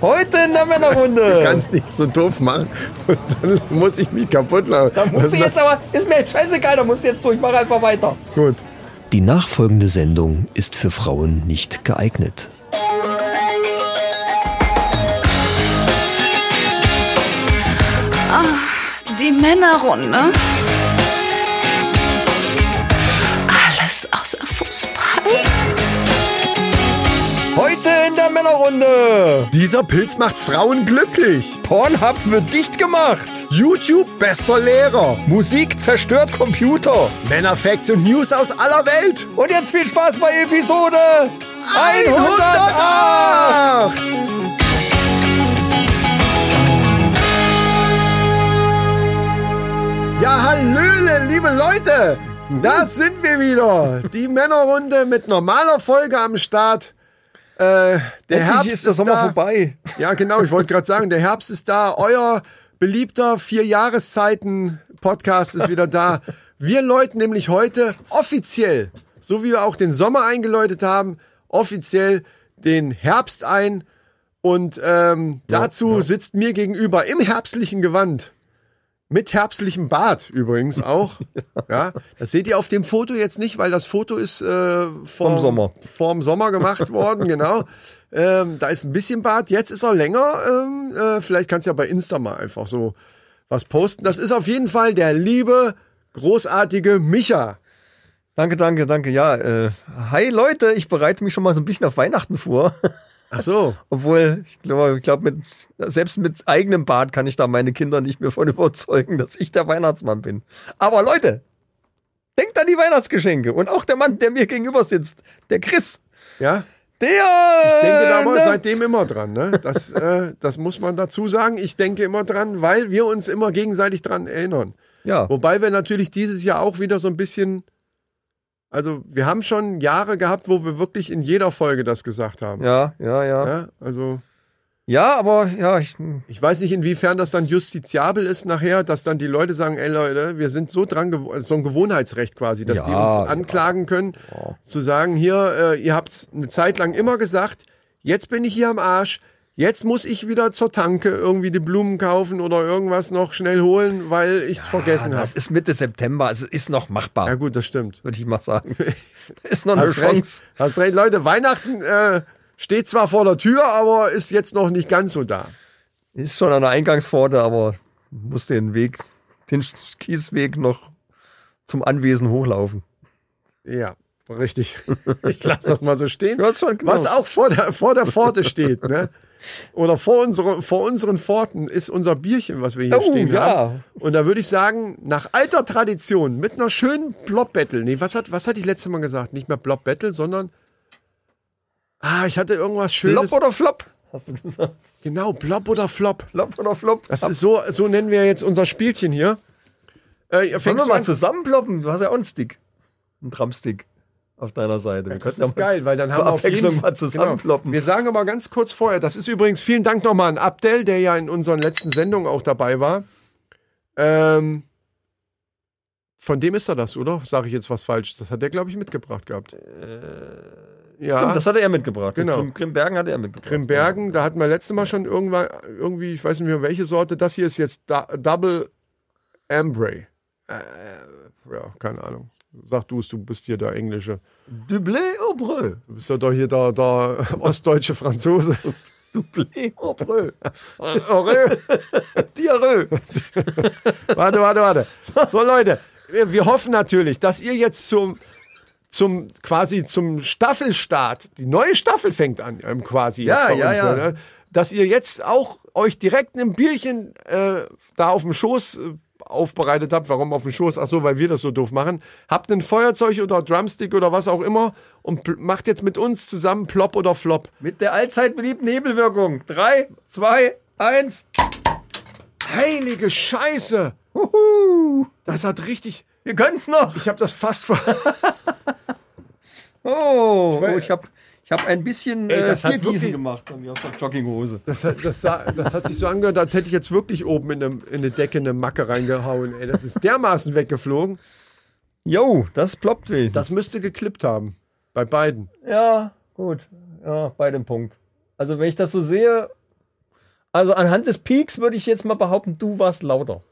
Heute in der Männerrunde. Du kannst nicht so doof machen. Und dann muss ich mich kaputt machen. da musst Was du ist jetzt das? aber, ist mir jetzt scheißegal, da musst du jetzt durch, mach einfach weiter. Gut. Die nachfolgende Sendung ist für Frauen nicht geeignet. Die Männerrunde. Alles außer Fußball. Heute in der Männerrunde. Dieser Pilz macht Frauen glücklich. Pornhub wird dicht gemacht. YouTube, bester Lehrer. Musik zerstört Computer. Männerfacts und News aus aller Welt. Und jetzt viel Spaß bei Episode 108. 108! Ja, hallöle, liebe Leute! Da sind wir wieder. Die Männerrunde mit normaler Folge am Start. Äh, der Herbst Endlich ist der Sommer da. vorbei. Ja, genau. Ich wollte gerade sagen, der Herbst ist da. Euer beliebter vier Jahreszeiten Podcast ist wieder da. Wir läuten nämlich heute offiziell, so wie wir auch den Sommer eingeläutet haben, offiziell den Herbst ein. Und ähm, dazu sitzt mir gegenüber im herbstlichen Gewand. Mit herbstlichem Bart übrigens auch. ja, das seht ihr auf dem Foto jetzt nicht, weil das Foto ist äh, vom Sommer. vorm Sommer gemacht worden, genau. Ähm, da ist ein bisschen Bart, jetzt ist er länger. Ähm, äh, vielleicht kannst du ja bei Insta mal einfach so was posten. Das ist auf jeden Fall der liebe, großartige Micha. Danke, danke, danke. Ja, äh, hi Leute, ich bereite mich schon mal so ein bisschen auf Weihnachten vor. Ach so. Obwohl, ich glaube, ich glaub, mit, selbst mit eigenem Bart kann ich da meine Kinder nicht mehr von überzeugen, dass ich der Weihnachtsmann bin. Aber Leute, denkt an die Weihnachtsgeschenke. Und auch der Mann, der mir gegenüber sitzt, der Chris, Ja, der... ich denke da aber Äh, ne. seitdem immer dran. Ne? Das, äh, das muss man dazu sagen. Ich denke immer dran, weil wir uns immer gegenseitig dran erinnern. Ja, Wobei wir natürlich dieses Jahr auch wieder so ein bisschen, also wir haben schon Jahre gehabt, wo wir wirklich in jeder Folge das gesagt haben. ja, ja, ja. Ja, also Ja, aber ja, ich, ich weiß nicht, inwiefern das dann justiziabel ist nachher, dass dann die Leute sagen, ey Leute, wir sind so dran, gew- also so ein Gewohnheitsrecht quasi, dass Ja, die uns ja. anklagen können, zu sagen, hier, äh, ihr habt's eine Zeit lang immer gesagt, jetzt bin ich hier am Arsch, jetzt muss ich wieder zur Tanke irgendwie die Blumen kaufen oder irgendwas noch schnell holen, weil ich's vergessen habe. Ah, das ist Mitte September, es ist noch machbar, Ja gut, das stimmt. würde ich mal sagen. Da ist noch eine Hast recht, Chance. hast recht, Leute, Weihnachten äh, steht zwar vor der Tür, aber ist jetzt noch nicht ganz so da. Ist schon an der Eingangspforte, aber muss den Weg, den Kiesweg noch zum Anwesen hochlaufen. Ja, richtig. Ich lasse das mal so stehen. Du hast schon genau. Was auch vor der, vor der Pforte steht, ne? Oder vor, unsere, vor unseren Pforten ist unser Bierchen, was wir hier Oh, stehen ja. haben. Und da würde ich sagen, nach alter Tradition, mit einer schönen Blob-Battle. Nee, was, hat, was hatte ich letztes Mal gesagt? Nicht mehr Blob-Battle, sondern. Ah, ich hatte irgendwas Schönes. Flop oder Flop? Hast du gesagt? genau, Blob oder Flop. Flop oder Flop? Das ist so, so nennen wir jetzt unser Spielchen hier. Äh, ihr Können fängst wir du mal an? zusammenploppen? Du hast ja auch einen Stick. Einen Drumstick auf deiner Seite. Wir Das könnten ja ist mal geil, weil dann zur haben wir auf Abwechslung jeden mal zusammenploppen. Genau. Wir sagen aber ganz kurz vorher, das ist übrigens, vielen Dank nochmal an Abdel, der ja in unseren letzten Sendungen auch dabei war. Ähm, von dem ist er das, oder? Sage ich jetzt was falsch? Das hat der, glaube ich, mitgebracht gehabt. ja, Äh, Stimmt, das hatte er mitgebracht. Genau. Genau. Grimbergen hatte er mitgebracht. Grimbergen, da hatten wir letztes Mal schon irgendwann, irgendwie, ich weiß nicht mehr welche Sorte, das hier ist jetzt da, Double Ambray. Äh, ja, keine Ahnung. Sag du es, du bist hier der Englische. Dublé au Breu. Du bist ja doch hier der, der ostdeutsche Franzose. Dublé au Breu. Oré. Diarrhoe. warte, warte, warte. So, Leute, wir, wir hoffen natürlich, dass ihr jetzt zum, zum quasi zum Staffelstart, die neue Staffel fängt an, ähm, quasi Ja, jetzt bei ja, uns, ja. ne? dass ihr jetzt auch euch direkt ein Bierchen äh, da auf dem Schoß äh, aufbereitet habt. Warum auf dem Schoß? Ach so, weil wir das so doof machen. Habt ein Feuerzeug oder Drumstick oder was auch immer und pl- macht jetzt mit uns zusammen Plop oder Flop. Mit der allzeit beliebten Hebelwirkung. Drei, zwei, eins. Heilige Scheiße! Huhu. Das hat richtig. Wir können's noch. Ich habe das fast ver. Oh, oh ich habe ich hab ein bisschen Ey, äh, das hat Tierwiesen wirklich- gemacht bei mir auf der Jogginghose. Das hat, das, sah, das hat sich so angehört, als hätte ich jetzt wirklich oben in eine, in eine Decke eine Macke reingehauen. Ey, das ist dermaßen weggeflogen. Jo, das ploppt weh. Das müsste geklippt haben. Bei beiden. ja, gut. Ja, bei dem Punkt. Also, wenn ich das so sehe, Also anhand des Peaks würde ich jetzt mal behaupten, du warst lauter.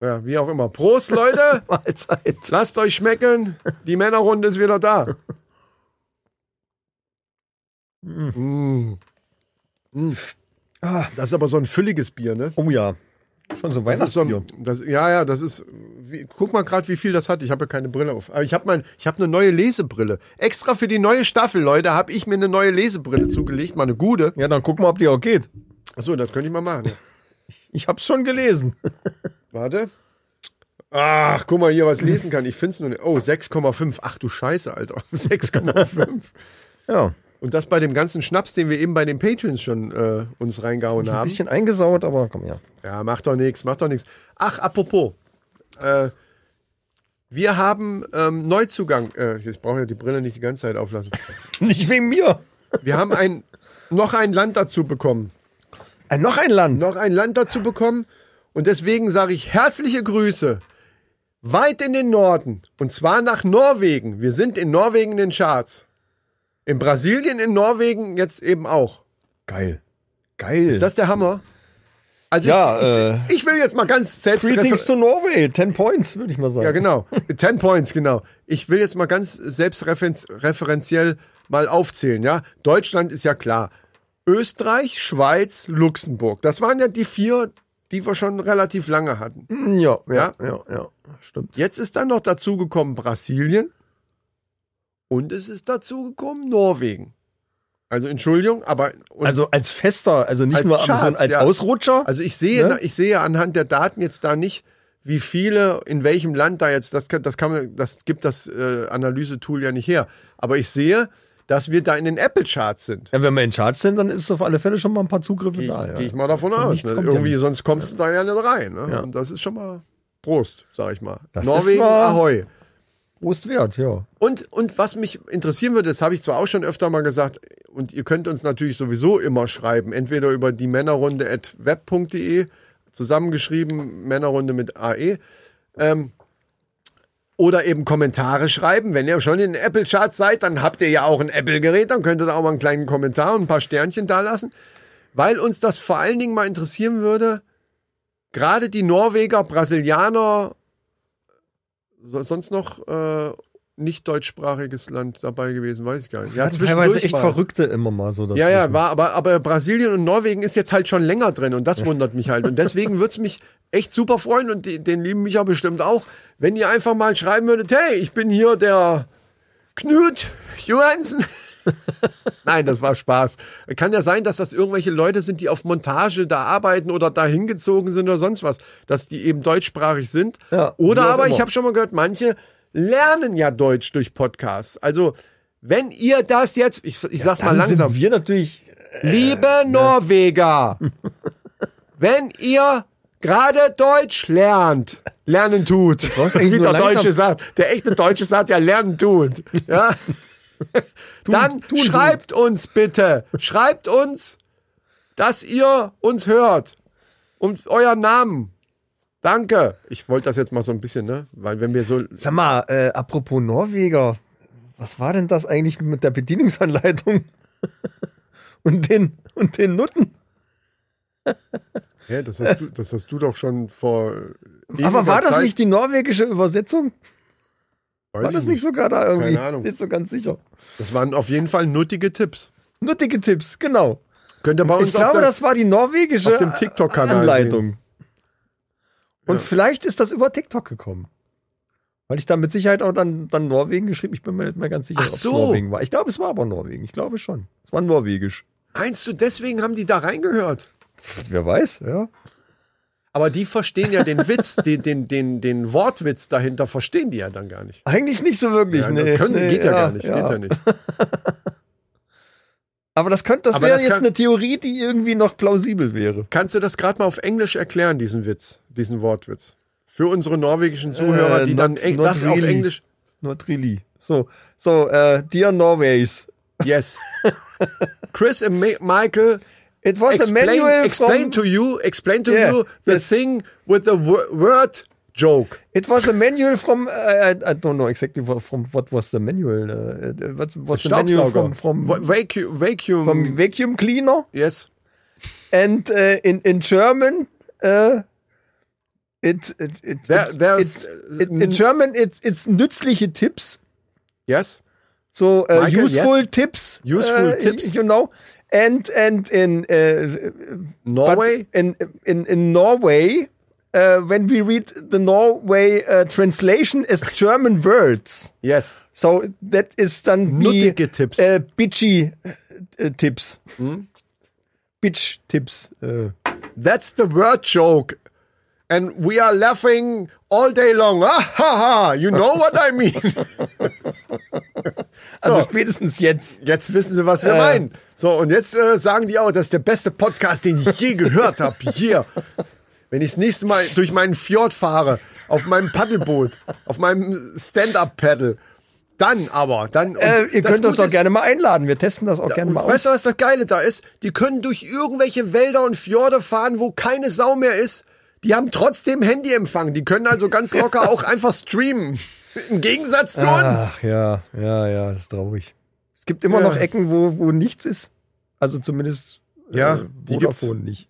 Ja, wie auch immer. Prost, Leute. Mahlzeit. Lasst euch schmecken. Die Männerrunde ist wieder da. Mm. Mm. Ah. Das ist aber so ein fülliges Bier, ne? Oh ja. Schon so ein Das ist so Weihnachtsbier. ein, das, ja, ja, das ist. Wie, guck mal gerade, wie viel das hat. Ich habe ja keine Brille auf. Aber ich habe mein, ich habe eine neue Lesebrille. Extra für die neue Staffel, Leute, habe ich mir eine neue Lesebrille zugelegt, mal eine gute. ja, dann guck mal, ob die auch geht. Achso, das könnte ich mal machen. Ja. Ich hab's schon gelesen. Warte. Ach, guck mal hier, was ich lesen kann. Ich finde es nur nicht. Oh, 6,5. Ach du Scheiße, Alter. 6,5. Ja. Und das bei dem ganzen Schnaps, den wir eben bei den Patreons schon äh, uns reingehauen Ein haben. bisschen eingesaut, aber komm her. Ja, macht doch nichts, macht doch nichts. Ach, apropos. Äh, wir haben ähm, Neuzugang. Äh, jetzt brauche ich ja die Brille nicht die ganze Zeit auflassen. Nicht wegen mir. Wir haben ein, noch ein Land dazu bekommen. Äh, noch ein Land. Noch ein Land dazu bekommen. Und deswegen sage ich herzliche Grüße. Weit in den Norden. Und zwar nach Norwegen. Wir sind in Norwegen in den Charts. In Brasilien, in Norwegen jetzt eben auch. Geil. Geil. Ist das der Hammer? Also Ja, ich, ich, äh, ich will jetzt mal ganz selbstreferenziell. Greetings to Norway. 10 Points, würde ich mal sagen. Ja, genau. Ten Points, genau. Ich will jetzt mal ganz selbstreferenziell mal aufzählen, ja. Deutschland ist ja klar. Österreich, Schweiz, Luxemburg. Das waren ja die vier, die wir schon relativ lange hatten. Ja, Ja? ja, ja, ja. Stimmt. Jetzt ist dann noch dazugekommen Brasilien. Und es ist dazugekommen Norwegen. Also Entschuldigung, aber und also als fester, also nicht Als nur am- Charts, sondern als ja. Ausrutscher. Also ich sehe, Ne? ich sehe anhand der Daten jetzt da nicht, wie viele in welchem Land da jetzt, das, kann, das, kann, man- das gibt das äh, Analyse-Tool ja nicht her. Aber ich sehe, dass wir da in den Apple-Charts sind. ja, wenn wir in Charts sind, dann ist auf alle Fälle schon mal ein paar Zugriffe Gehe ich, da. Ja. gehe ich mal davon Von aus. nichts Ne? kommt ja Irgendwie, nichts. sonst kommst du da ja nicht rein. Ne? Ja. Und das ist schon mal Prost, sag ich mal. Das ist Norwegen, mal- Ahoi. Prost wert, ja. Und, und was mich interessieren würde, das habe ich zwar auch schon öfter mal gesagt, und ihr könnt uns natürlich sowieso immer schreiben, entweder über die Männerrunde at web.de, zusammengeschrieben, Männerrunde mit AE, ähm, oder eben Kommentare schreiben. Wenn ihr schon in den Apple-Charts seid, dann habt ihr ja auch ein Apple-Gerät, dann könnt ihr da auch mal einen kleinen Kommentar und ein paar Sternchen dalassen, weil uns das vor allen Dingen mal interessieren würde, gerade die Norweger, Brasilianer, so- sonst noch äh, nicht deutschsprachiges Land dabei gewesen, weiß ich gar nicht. Ja, Teilweise zwischendurch echt mal. Verrückte immer mal so. Das Ja, ja, Wissen. war, aber, aber Brasilien und Norwegen ist jetzt halt schon länger drin und das wundert mich halt. Und deswegen würde es mich echt super freuen und die, den lieben mich ja bestimmt auch, wenn ihr einfach mal schreiben würdet, hey, ich bin hier der Knut Johansen. Nein, das war Spaß. Kann ja sein, dass das irgendwelche Leute sind, die auf Montage da arbeiten oder da hingezogen sind oder sonst was, dass die eben deutschsprachig sind. Ja, oder wie auch aber ich immer. habe schon mal gehört, manche lernen ja Deutsch durch Podcasts. Also, wenn ihr das jetzt, ich, ich sag's mal Dann langsam. Sind wir natürlich. Liebe Äh, ne? Norweger, wenn ihr gerade Deutsch lernt, lernen tut, brauchst eigentlich wie nur der langsam- Deutsche sagt, der echte Deutsche sagt ja lernen tut, ja, dann schreibt uns bitte, schreibt uns, dass ihr uns hört und euren Namen. Danke. Ich wollte das jetzt mal so ein bisschen, ne? Weil wenn wir so Sag mal, äh, apropos Norweger, was war denn das eigentlich mit der Bedienungsanleitung? und den, und den Nutten? Hä, das, hast du, das hast du doch schon vor. ewiger Aber war das Zeit- nicht die norwegische Übersetzung? Weiß War ich das nicht sogar da irgendwie? Keine Ahnung. Nicht so ganz sicher. Das waren auf jeden Fall nuttige Tipps. Nuttige Tipps, genau. Könnt ihr bei uns Ich glaube, auf der, das war die norwegische auf dem TikTok-Kanal Anleitung. Und vielleicht ist das über TikTok gekommen. Weil ich da mit Sicherheit auch dann, dann Norwegen geschrieben Ich bin mir nicht mehr ganz sicher, Ach ob es so. Norwegen war. Ich glaube, es war aber Norwegen. Ich glaube schon. Es war norwegisch. Meinst du, deswegen haben die da reingehört? Wer weiß, ja. Aber die verstehen ja den Witz, den, den, den, den Wortwitz dahinter verstehen die ja dann gar nicht. Eigentlich nicht so wirklich. Ja, nee, können, nee, geht ja, gar nicht, geht ja nicht. Aber das könnte, das Aber wäre das jetzt kann- eine Theorie, die irgendwie noch plausibel wäre. Kannst du das gerade mal auf Englisch erklären, diesen Witz, diesen Wortwitz? Für unsere norwegischen Zuhörer, Äh, die not- dann Eng not das auf really. Englisch. Nur Trilli. So, so, äh, dear Norways. Yes. Chris and Ma Michael It was a explain, manual explain from, to you, explain to Yeah, you the yes. thing with the wo- word joke. It was a manual from uh, I, I don't know exactly what, from what was the manual. Uh, what was the manual Staubsauger. from from, Vacuum, vacuum. from vacuum cleaner? yes. and uh, in in German, uh, it it it, There- uh, it, there's- it- it- in German it's it's nützliche Tipps, Yes? so uh, Michael, useful yes? tips, Useful uh, tips. you know, and and in uh, Norway? But in in in Norway, uh, when we read the Norway uh, translation is German words. Yes. So that is dann Nuttige Tipps. Äh, bitchy äh, Tipps. Bitch Tipps. Äh. That's the word joke. And we are laughing all day long. Ah, ha, ha. You know what I mean. Also So. spätestens jetzt. Jetzt wissen sie, was wir meinen. So, und jetzt äh, sagen die auch, das ist der beste Podcast, den ich je gehört habe. Hier. Wenn ich das nächste Mal durch meinen Fjord fahre, auf meinem Paddelboot, auf meinem Stand-Up-Paddle, dann aber, dann. und Äh, ihr das könnt uns Gute auch ist, gerne mal einladen. Wir testen das auch gerne Und mal weißt aus. du, was das Geile da ist? Die können durch irgendwelche Wälder und Fjorde fahren, wo keine Sau mehr ist. Die haben trotzdem Handyempfang. Die können also ganz locker auch einfach streamen. Im Gegensatz zu uns. Ach ja, ja, ja, das ist traurig. Es gibt immer Ja. noch Ecken, wo, wo nichts ist. Also zumindest Ja, die die gibt's. Vodafone nicht.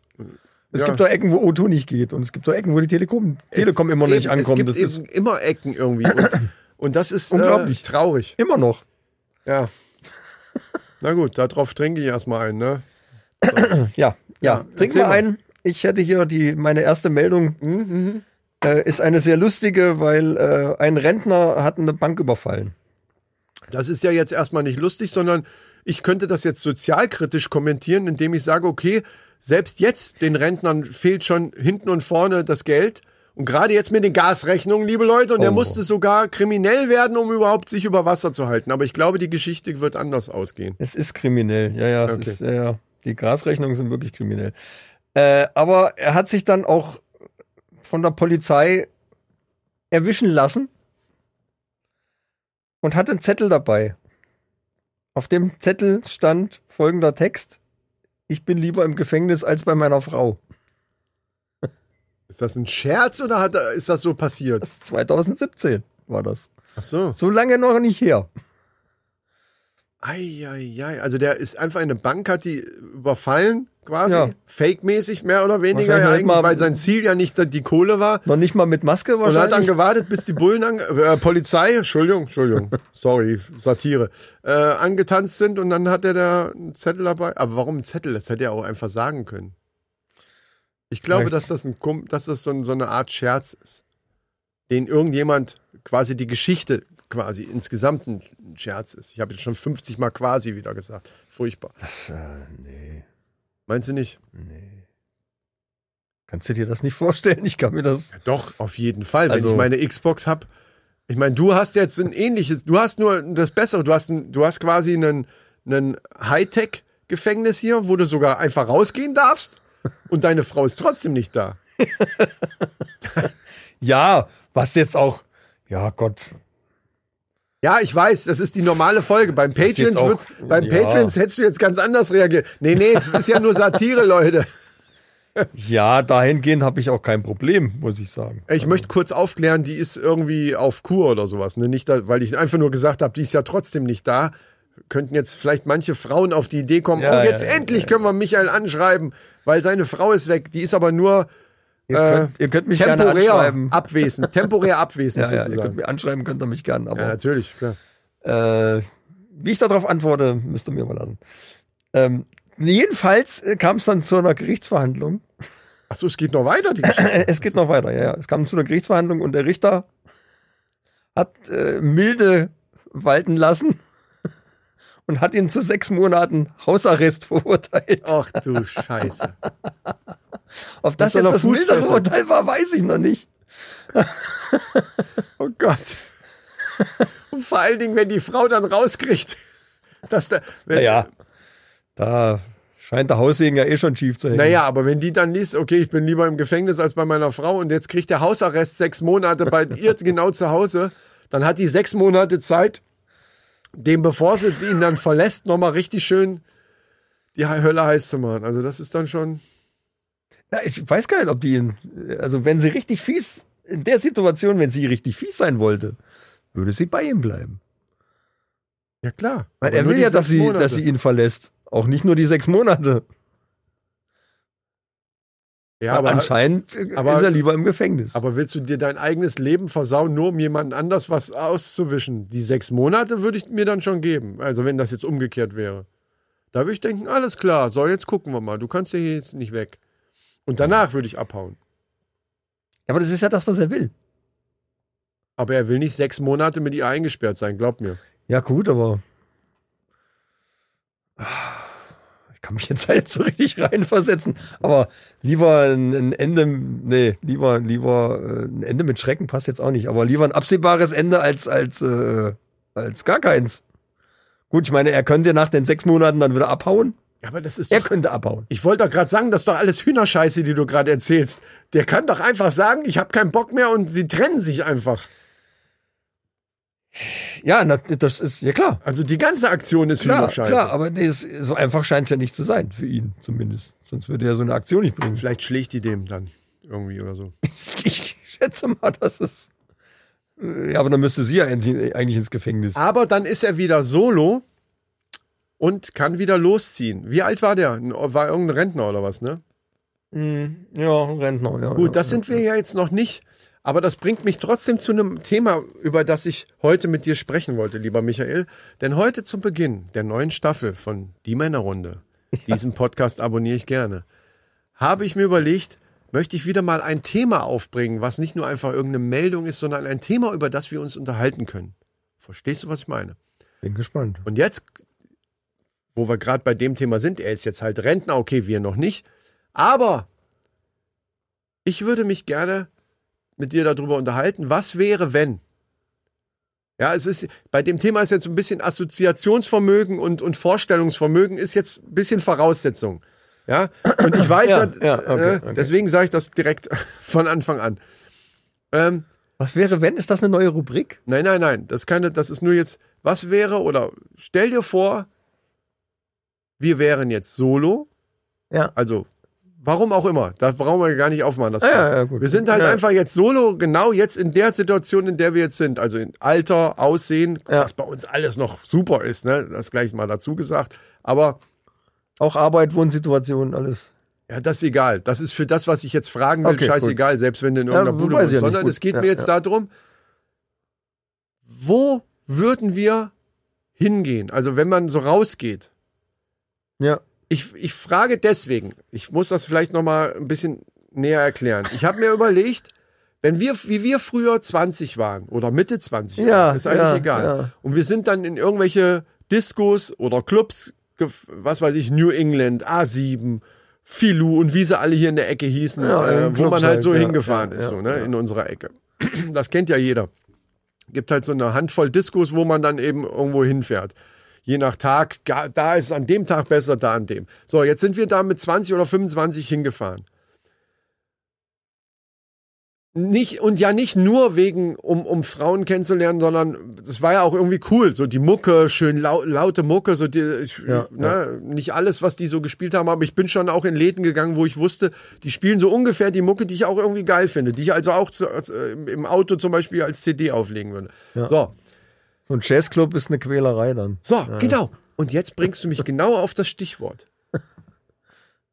Es Ja. gibt doch Ecken, wo O2 nicht geht. Und es gibt doch Ecken, wo die Telekom, Telekom immer noch Eben, nicht ankommt. Das Es gibt ist eben immer Ecken irgendwie. Und, und das ist Unglaublich. Äh, traurig. immer noch. Ja. Na gut, darauf trinke ich erstmal einen, ne? Ja, ja. Trink erzähl mal mal. ein. Ich hätte hier die, meine erste Meldung. Äh, ist eine sehr lustige, weil äh, ein Rentner hat eine Bank überfallen. Das ist ja jetzt erstmal nicht lustig, sondern ich könnte das jetzt sozialkritisch kommentieren, indem ich sage, okay, selbst jetzt den Rentnern fehlt schon hinten und vorne das Geld. Und gerade jetzt mit den Gasrechnungen, liebe Leute, und er musste sogar kriminell werden, um überhaupt sich über Wasser zu halten. Aber ich glaube, die Geschichte wird anders ausgehen. Es ist kriminell. Ja, ja, es Okay. ist, ja, ja. Die Grasrechnungen sind wirklich kriminell. Äh, aber er hat sich dann auch von der Polizei erwischen lassen und hat einen Zettel dabei. Auf dem Zettel stand folgender Text. Ich bin lieber im Gefängnis als bei meiner Frau. Ist das ein Scherz oder hat, er- ist das so passiert? Das ist 2017 war das. Ach so. So lange noch nicht her. Eieiei. Also der ist einfach in eine Bank, hat die überfallen quasi. Ja. Fake-mäßig mehr oder weniger. Wahrscheinlich Ja, halt eigentlich, mal- weil sein Ziel ja nicht die Kohle war. Noch nicht mal mit Maske Und hat dann wahrscheinlich. gewartet, bis die Bullen, ange äh, Polizei, Entschuldigung, Entschuldigung, sorry, Satire, äh, angetanzt sind und dann hat er da einen Zettel dabei. Aber warum einen Zettel? Das hätte er auch einfach sagen können. Ich glaube, Vielleicht. dass das, ein, Kum- dass das so, ein- so eine Art Scherz ist, den irgendjemand quasi die Geschichte quasi insgesamt ein Scherz ist. Ich habe jetzt schon 50 Mal quasi wieder gesagt. Furchtbar. Das, äh, nee, Meinst du nicht? nee. Kannst du dir das nicht vorstellen? Ich kann mir das. Doch, auf jeden Fall. Wenn Also- ich meine Xbox hab, ich meine, du hast jetzt ein ähnliches, du hast nur das Bessere, du hast, ein, du hast quasi einen, einen Hightech-Gefängnis hier, wo du sogar einfach rausgehen darfst und deine Frau ist trotzdem nicht da. Ja, was jetzt auch. Ja, Gott. Ja, ich weiß, das ist die normale Folge. Beim ist jetzt Patreons, auch- wird's, beim ja. Patreons hättest du jetzt ganz anders reagiert. Nee, nee, es ist ja nur Satire, Leute. Ja, dahingehend habe ich auch kein Problem, muss ich sagen. Ich möchte kurz aufklären, die ist irgendwie auf Kur oder sowas. Ne? Nicht da, weil ich einfach nur gesagt habe, die ist ja trotzdem nicht da. Könnten jetzt vielleicht manche Frauen auf die Idee kommen, Ja, oh, jetzt ja, ja, endlich können wir Michael anschreiben, weil seine Frau ist weg. Die ist aber nur Ihr, äh, könnt, ihr könnt mich gerne temporär anschreiben. abwesend. Temporär Ja, abwesend ja, ihr könnt sozusagen. mir anschreiben, könnt ihr mich gerne. Ja, Aber natürlich, klar. äh, wie ich darauf antworte, müsst ihr mir überlassen. Ähm, jedenfalls äh, kam es dann zu einer Gerichtsverhandlung. Achso, es geht noch weiter, die Geschichte. Äh, Es geht noch weiter, ja, ja. Es kam zu einer Gerichtsverhandlung und der Richter hat äh, milde walten lassen und hat ihn zu sechs Monaten Hausarrest verurteilt. Ach du Scheiße. Ob das mit jetzt so einer das mildere Fußfessel. Urteil war, weiß ich noch nicht. Oh Gott. Und vor allen Dingen, wenn die Frau dann rauskriegt, dass da. Wenn, Naja, da scheint der Haussegen ja eh schon schief zu hängen. Naja, aber wenn die dann liest, okay, ich bin lieber im Gefängnis als bei meiner Frau und jetzt kriegt der Hausarrest sechs Monate bei ihr genau zu Hause, dann hat die sechs Monate Zeit, dem, bevor sie ihn dann verlässt, nochmal richtig schön die Hölle heiß zu machen. Also das ist dann schon. Na, ich weiß gar nicht, ob die ihn, also wenn sie richtig fies, in der Situation, wenn sie richtig fies sein wollte, würde sie bei ihm bleiben. Ja klar. Weil Aber er nur will die ja, dass sechs sie, Monate. dass sie ihn verlässt. Auch nicht nur die sechs Monate. Ja, aber, Anscheinend äh, aber- ist er lieber im Gefängnis. aber willst du dir dein eigenes Leben versauen, nur um jemanden anders was auszuwischen? Die sechs Monate würde ich mir dann schon geben. Also wenn das jetzt umgekehrt wäre. Da würde ich denken, alles klar, so jetzt gucken wir mal. Du kannst ja hier jetzt nicht weg. Und danach würde ich abhauen. aber das ist ja das, was er will. Aber er will nicht sechs Monate mit ihr eingesperrt sein, glaub mir. Ja, gut, aber. Ich kann mich jetzt halt so richtig reinversetzen. Aber lieber ein, ein Ende, nee, lieber, lieber äh, ein Ende mit Schrecken passt jetzt auch nicht. Aber lieber ein absehbares Ende als, als, äh, als gar keins. Gut, ich meine, er könnte nach den sechs Monaten dann wieder abhauen. Ja, aber das ist Er könnte abhauen. Ich wollte doch gerade sagen, das ist doch alles Hühnerscheiße, die du gerade erzählst. Der kann doch einfach sagen, ich habe keinen Bock mehr und sie trennen sich einfach. Ja, na, das ist, ja klar. Also die ganze Aktion ist Klar, Hühnerscheiße. klar, aber nee, es- so einfach scheint es ja nicht zu sein, für ihn zumindest. Sonst würde er so eine Aktion nicht bringen. Vielleicht schlägt die dem dann irgendwie oder so. Ich schätze mal, dass es. Ja, aber dann müsste sie ja eigentlich eigentlich ins Gefängnis. Aber dann ist er wieder solo und kann wieder losziehen. Wie alt war der? War irgendein Rentner oder was, ne? hm, Ja, Rentner, ja. Gut, das sind wir ja jetzt noch nicht. Aber das bringt mich trotzdem zu einem Thema, über das ich heute mit dir sprechen wollte, lieber Michael. Denn heute zum Beginn der neuen Staffel von Die Männerrunde, diesen Podcast abonniere ich gerne, habe ich mir überlegt, möchte ich wieder mal ein Thema aufbringen, was nicht nur einfach irgendeine Meldung ist, sondern ein Thema, über das wir uns unterhalten können. Verstehst du, was ich meine? Bin gespannt. Und jetzt, wo wir gerade bei dem Thema sind, er ist jetzt halt Rentner, okay, wir noch nicht. Aber ich würde mich gerne mit dir darüber unterhalten, was wäre, wenn? Ja, es ist, bei dem Thema ist jetzt ein bisschen Assoziationsvermögen und, und Vorstellungsvermögen ist jetzt ein bisschen Voraussetzung. Ja, und ich weiß, Ja, dass- ja, okay, äh, okay. deswegen sage ich das direkt von Anfang an. Ähm, Was wäre, wenn? Ist das eine neue Rubrik? Nein, nein, nein. Das, keine, das ist nur jetzt, was wäre oder stell dir vor, wir wären jetzt solo. Ja. Also, warum auch immer. Das brauchen wir gar nicht aufmachen. Das Ah, ja, Fass. ja, gut. Wir sind halt Ja. einfach jetzt solo, genau jetzt in der Situation, in der wir jetzt sind. Also in Alter, Aussehen, Ja. was bei uns alles noch super ist, ne? Das gleich mal dazu gesagt. Aber Auch Arbeit, Wohnsituation, alles. ja, das ist egal. Das ist für das, was ich jetzt fragen will, Okay, scheißegal, selbst wenn du in Ja, irgendeiner Bude weiß bist. ich ja nicht. sondern Gut. es geht Ja, mir jetzt ja. darum, wo würden wir hingehen? Also wenn man so rausgeht. Ja. Ich, ich frage deswegen, ich muss das vielleicht nochmal ein bisschen näher erklären. Ich habe mir überlegt, wenn wir, wie wir früher 20 waren oder Mitte 20, Ja, waren, ist eigentlich ja, egal. ja. Und wir sind dann in irgendwelche Discos oder Clubs, ge- was weiß ich, New England, A7, Filou und wie sie alle hier in der Ecke hießen, Ja, in den äh, wo man Clubs halt so halt, ja, hingefahren ja, ist, ja, so, ne, in unserer Ecke. Das kennt ja jeder. Gibt halt so eine Handvoll Discos, wo man dann eben irgendwo hinfährt. Je nach Tag, ga- da ist es an dem Tag besser, da an dem. So, jetzt sind wir da mit 20 oder 25 hingefahren. Nicht, und ja nicht nur wegen, um, um Frauen kennenzulernen, sondern das war ja auch irgendwie cool. So die Mucke, schön lau laute Mucke, so die, ich, Ja, ne, nicht alles, was die so gespielt haben, aber ich bin schon auch in Läden gegangen, wo ich wusste, die spielen so ungefähr die Mucke, die ich auch irgendwie geil finde, die ich also auch zu, als, äh, im- im Auto zum Beispiel als CD auflegen würde. So, So ein Jazzclub ist eine Quälerei dann. so, genau. Und jetzt bringst du mich genau auf das Stichwort.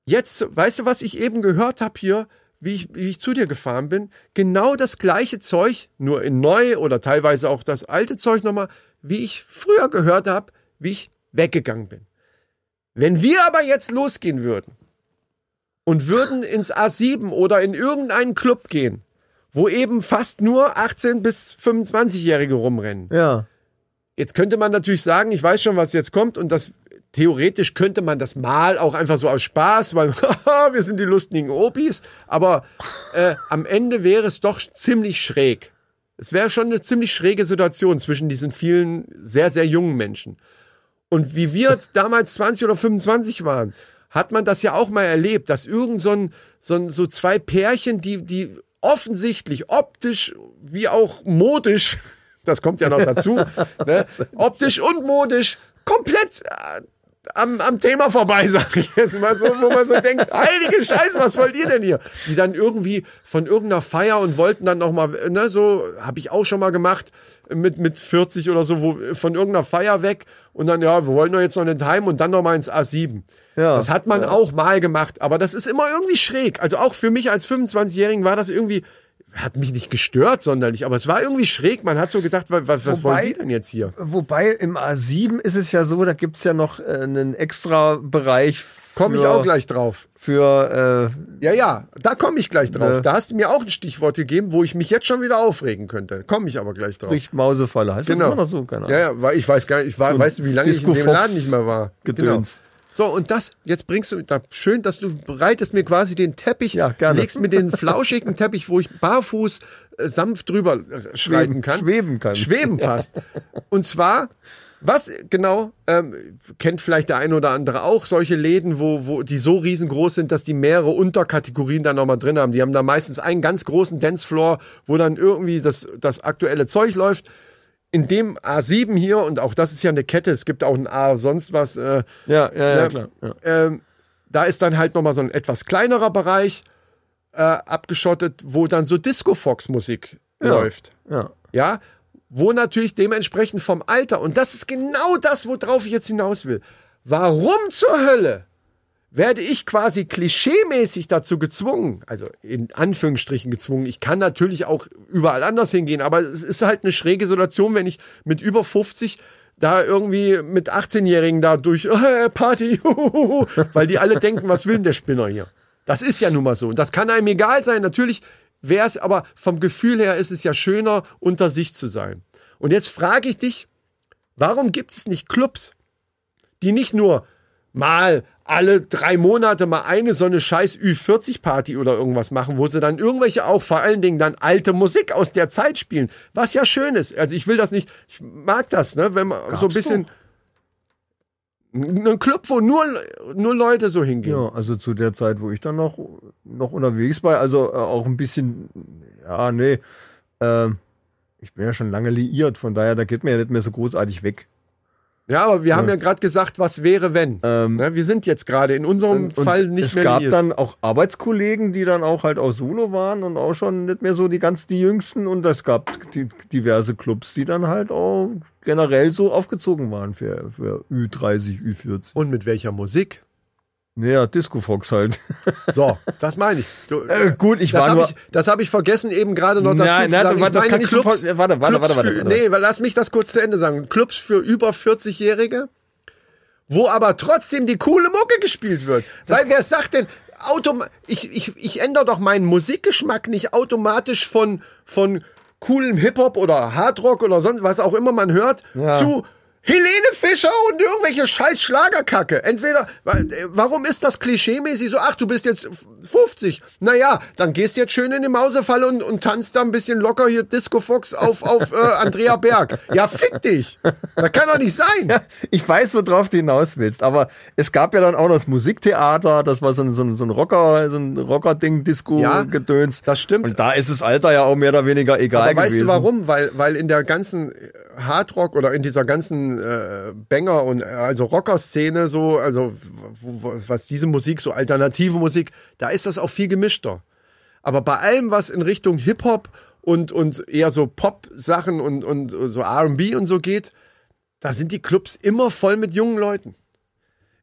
Jetzt, weißt du, was ich eben gehört habe hier, wie ich, wie ich zu dir gefahren bin? Genau das gleiche Zeug, nur in neu oder teilweise auch das alte Zeug nochmal, wie ich früher gehört habe, wie ich weggegangen bin. Wenn wir aber jetzt losgehen würden und würden ins A7 oder in irgendeinen Club gehen, wo eben fast nur 18- bis 25-Jährige rumrennen, Ja. Jetzt könnte man natürlich sagen, ich weiß schon, was jetzt kommt und das theoretisch könnte man das mal auch einfach so aus Spaß, weil haha, wir sind die lustigen Opis, aber äh, am Ende wäre es doch ziemlich schräg. Es wäre schon eine ziemlich schräge Situation zwischen diesen vielen sehr, sehr jungen Menschen. Und wie wir jetzt damals 20 oder 25 waren, hat man das ja auch mal erlebt, dass irgend so, ein, so, ein, so zwei Pärchen, die, die offensichtlich optisch wie auch modisch, das kommt ja noch dazu, ne, optisch und modisch komplett äh, am, am Thema vorbei, sag ich jetzt mal so, wo man so denkt, heilige Scheiße, was wollt ihr denn hier? Die dann irgendwie von irgendeiner Feier und wollten dann nochmal, ne, so, habe ich auch schon mal gemacht, mit, mit 40 oder so, wo, von irgendeiner Feier weg und dann, ja, wir wollen doch jetzt noch nicht heim und dann nochmal ins A7. Ja. Das hat man auch mal gemacht, aber das ist immer irgendwie schräg. Also auch für mich als 25-Jährigen war das irgendwie, hat mich nicht gestört sonderlich, aber es war irgendwie schräg. Man hat so gedacht, was, was Wobei- wollen die denn jetzt hier? Wobei im A7 ist es ja so, da gibt's ja noch äh, einen extra Bereich. Komme ich für- auch gleich drauf. Für, äh, Ja, ja, da komme ich gleich drauf. Ne. Da hast du mir auch ein Stichwort gegeben, wo ich mich jetzt schon wieder aufregen könnte. Komme ich aber gleich drauf. Genau. sprich Mausefalle. Heißt das immer noch so? Keine Ahnung. Ja, ja, weil ich weiß gar nicht, ich war, weißt du, wie lange ich in Disco dem Fox Laden nicht mehr war. Genau. Gedöns. So, und das, jetzt bringst du, da, schön, dass du bereitest mir quasi den Teppich, Ja, gerne. legst mir den flauschigen Teppich, wo ich barfuß äh, sanft drüber äh, schreiten kann. schweben kann. Schweben fast. Und zwar, was genau, ähm, kennt vielleicht der eine oder andere auch, solche Läden, wo, wo die so riesengroß sind, dass die mehrere Unterkategorien da nochmal drin haben. Die haben da meistens einen ganz großen Dancefloor, wo dann irgendwie das, das aktuelle Zeug läuft in dem A7 hier, und auch das ist ja eine Kette, es gibt auch ein A sonst was, äh, Ja, ja, ja, Ja. klar. Ja. ähm, da ist dann halt nochmal so ein etwas kleinerer Bereich äh, abgeschottet, wo dann so Disco-Fox-Musik läuft. ja. Ja, wo natürlich dementsprechend vom Alter, und das ist genau das, worauf ich jetzt hinaus will. Warum zur Hölle werde ich quasi klischeemäßig dazu gezwungen, also in Anführungsstrichen gezwungen, ich kann natürlich auch überall anders hingehen, aber es ist halt eine schräge Situation, wenn ich mit über 50 da irgendwie mit 18-Jährigen da durch äh, Party, huhuhu, weil die alle denken, was will denn der Spinner hier? Das ist ja nun mal so. Und das kann einem egal sein. Natürlich wäre es, aber vom Gefühl her ist es ja schöner, unter sich zu sein. Und jetzt frage ich dich, warum gibt es nicht Clubs, die nicht nur mal alle drei Monate mal eine so eine scheiß Ü40-Party oder irgendwas machen, wo sie dann irgendwelche auch vor allen Dingen dann alte Musik aus der Zeit spielen, was ja schön ist. Also ich will das nicht, ich mag das, ne, wenn man so ein bisschen einen Club, wo nur, nur Leute so hingehen. Ja, also zu der Zeit, wo ich dann noch, noch unterwegs war, also äh, auch ein bisschen, ja, nee, ähm, ich bin ja schon lange liiert, von daher, da geht mir ja nicht mehr so großartig weg. Ja, aber wir haben ja gerade gesagt, was wäre, wenn. Ne, wir sind jetzt gerade in unserem Und Fall nicht es mehr gab liiert. dann auch Arbeitskollegen, die dann auch halt auch Solo waren und auch schon nicht mehr so die ganz die Jüngsten und es gab die, diverse Clubs, die dann halt auch generell so aufgezogen waren für, für Ü30, Ü40. Und mit welcher Musik? Naja, Disco Fox halt. So, das meine ich. Du, Äh, gut, ich das war hab nur- ich, das habe ich vergessen, eben gerade noch dazu Nein, zu nein, sagen. Ich warte, das meine kann ich Clubs- sofort- warte, warte, Clubs warte, warte, für, warte. Nee, weil lass mich das kurz zu Ende sagen. Clubs für über 40-Jährige, wo aber trotzdem die coole Mucke gespielt wird. weil wer sagt denn, autom ich, ich, ich ändere doch meinen Musikgeschmack nicht automatisch von, von coolem Hip-Hop oder Hardrock oder sonst was auch immer man hört, Ja. zu Helene Fischer und irgendwelche scheiß Schlagerkacke. Entweder, wa- äh, warum ist das klischeemäßig so, ach, du bist jetzt 50. Naja, dann gehst jetzt schön in die Mausefalle und, und tanzt da ein bisschen locker hier Disco Fox auf, auf äh, Andrea Berg. Ja, fick dich. Das kann doch nicht sein. Ich weiß, worauf du hinaus willst, aber es gab ja dann auch das Musiktheater, das war so ein, so ein, so ein Rocker, so ein Rocker-Ding, Ja, Disco-Gedöns. das stimmt. Und da ist das Alter ja auch mehr oder weniger egal Aber weißt gewesen. du warum? Weil, weil in der ganzen äh, Hardrock oder in dieser ganzen äh, Banger und äh, also Rocker-Szene so, also w- w- was diese Musik, so alternative Musik, da ist das auch viel gemischter. Aber bei allem, was in Richtung Hip-Hop und, und eher so Pop-Sachen und, und so RB und so geht, da sind die Clubs immer voll mit jungen Leuten.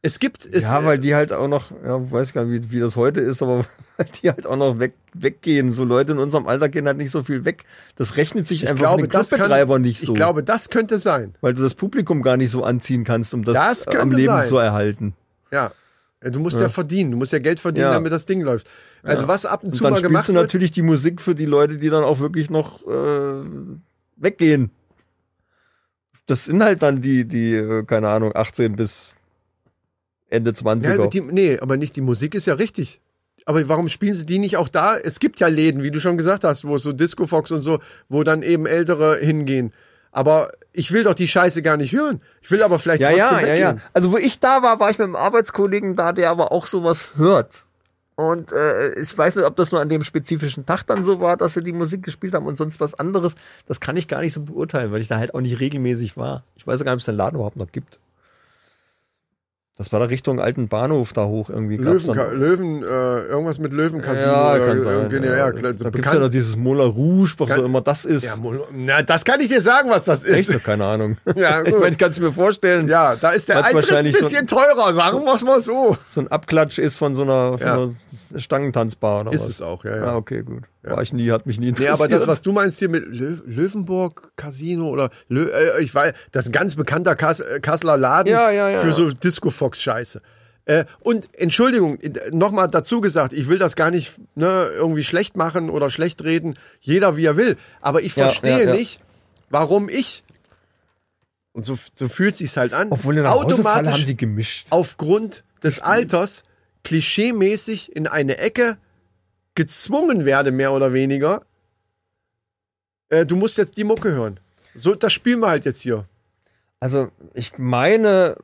Es gibt es. äh, Ja, weil die halt auch noch, ja, weiß gar nicht, wie, wie das heute ist, aber weil die halt auch noch weg, weggehen. So Leute in unserem Alter gehen halt nicht so viel weg. Das rechnet sich ich einfach für glaube, den das kann, Clubbetreiber nicht so. Ich glaube, das könnte sein. weil du das Publikum gar nicht so anziehen kannst, um das, Das äh, am könnte Leben sein. zu erhalten. Ja. Ja, Du musst ja. verdienen, du musst ja Geld verdienen, Ja. damit das Ding läuft. Also was ab und Und zu dann mal spielst gemacht du wird, natürlich die Musik für die Leute, die dann auch wirklich noch äh, weggehen. Das sind halt dann die, die, äh, keine Ahnung, 18 bis Ende 20er. ja, die, nee, aber nicht die Musik ist ja richtig. Aber warum spielen sie die nicht auch da? Es gibt ja Läden, wie du schon gesagt hast, wo es so Disco Fox und so, wo dann eben ältere hingehen. Aber ich will doch die Scheiße gar nicht hören. Ich will aber vielleicht Ja, trotzdem ja, ja, weggehen. ja. Also wo ich da war, war ich mit einem Arbeitskollegen da, der aber auch sowas hört. Und äh, ich weiß nicht, ob das nur an dem spezifischen Tag dann so war, dass sie die Musik gespielt haben und sonst was anderes. Das kann ich gar nicht so beurteilen, weil ich da halt auch nicht regelmäßig war. Ich weiß ja gar nicht, ob es den Laden überhaupt noch gibt. Das war da Richtung alten Bahnhof da hoch irgendwie. gab's Löwen, dann- Löwen äh, irgendwas mit Löwencasino. ja, oder kann sein. irgendwie, ja. ja, klar, also da gibt's ja bekannt. noch dieses Moulin Rouge, was Kann- auch immer das ist. Ja, Mol- na, das kann ich dir sagen, was das ist. Echt? Keine Ahnung. Ja, Ich gut. meine, kannst du mir vorstellen, Ja, da ist der Was Eintritt ein wahrscheinlich so- bisschen teurer, sagen wir es mal so. so ein Abklatsch ist von so einer, von Ja. einer Stangentanzbar oder Ist was? es auch, ja, ja. Ah, okay, gut. War ich nie, hat mich nie Nee, interessiert. aber das, was du meinst hier mit Lö Löwenburg Casino oder Lö äh, ich weiß, das ist ein ganz bekannter Kass äh, Kasseler Laden Ja, ja, ja. für so Disco Fox Scheiße. Äh, und Entschuldigung, äh, nochmal dazu gesagt, ich will das gar nicht ne, irgendwie schlecht machen oder schlecht reden, jeder wie er will. Aber ich Ja, verstehe ja, ja. nicht, warum ich, und so, so fühlt sich's halt an, Obwohl in der Automatisch haben die gemischt. aufgrund des Alters klischeemäßig in eine Ecke gezwungen werde, mehr oder weniger. Äh, du musst jetzt die Mucke hören. So, das spielen wir halt jetzt hier. Also, ich meine,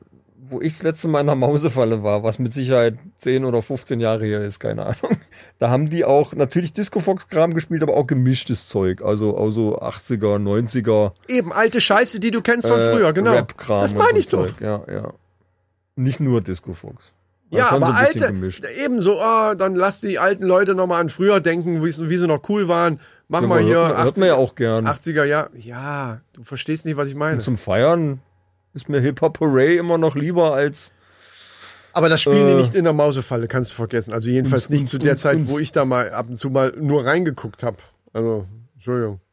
wo ich das letzte Mal in der Mausefalle war, was mit Sicherheit 10 oder 15 Jahre her ist, keine Ahnung. Da haben die auch natürlich Disco-Fox-Kram gespielt, aber auch gemischtes Zeug. Also, also 80er, 90er. Eben, alte Scheiße, die du kennst von äh, früher, genau. Rap-Kram das und meine so ich doch. Zeug. Ja, ja. Nicht nur Disco-Fox. War Ja, schon so aber ein bisschen alte, gemischt. eben so, ah, dann lass die alten Leute nochmal an früher denken, wie, sie- wie sie noch cool waren. Mach mal hört, hier man- hört man ja auch gern. 80er Jahre. Ja, du verstehst nicht, was ich meine. Äh, Zum Feiern ist mir Hip-Hop-Hooray immer noch lieber als Aber das spielen Äh, die nicht in der Mausefalle, kannst du vergessen. Also jedenfalls Uns, nicht uns, zu der uns, Zeit, uns. wo ich da mal ab und zu mal nur reingeguckt habe. Also, Entschuldigung.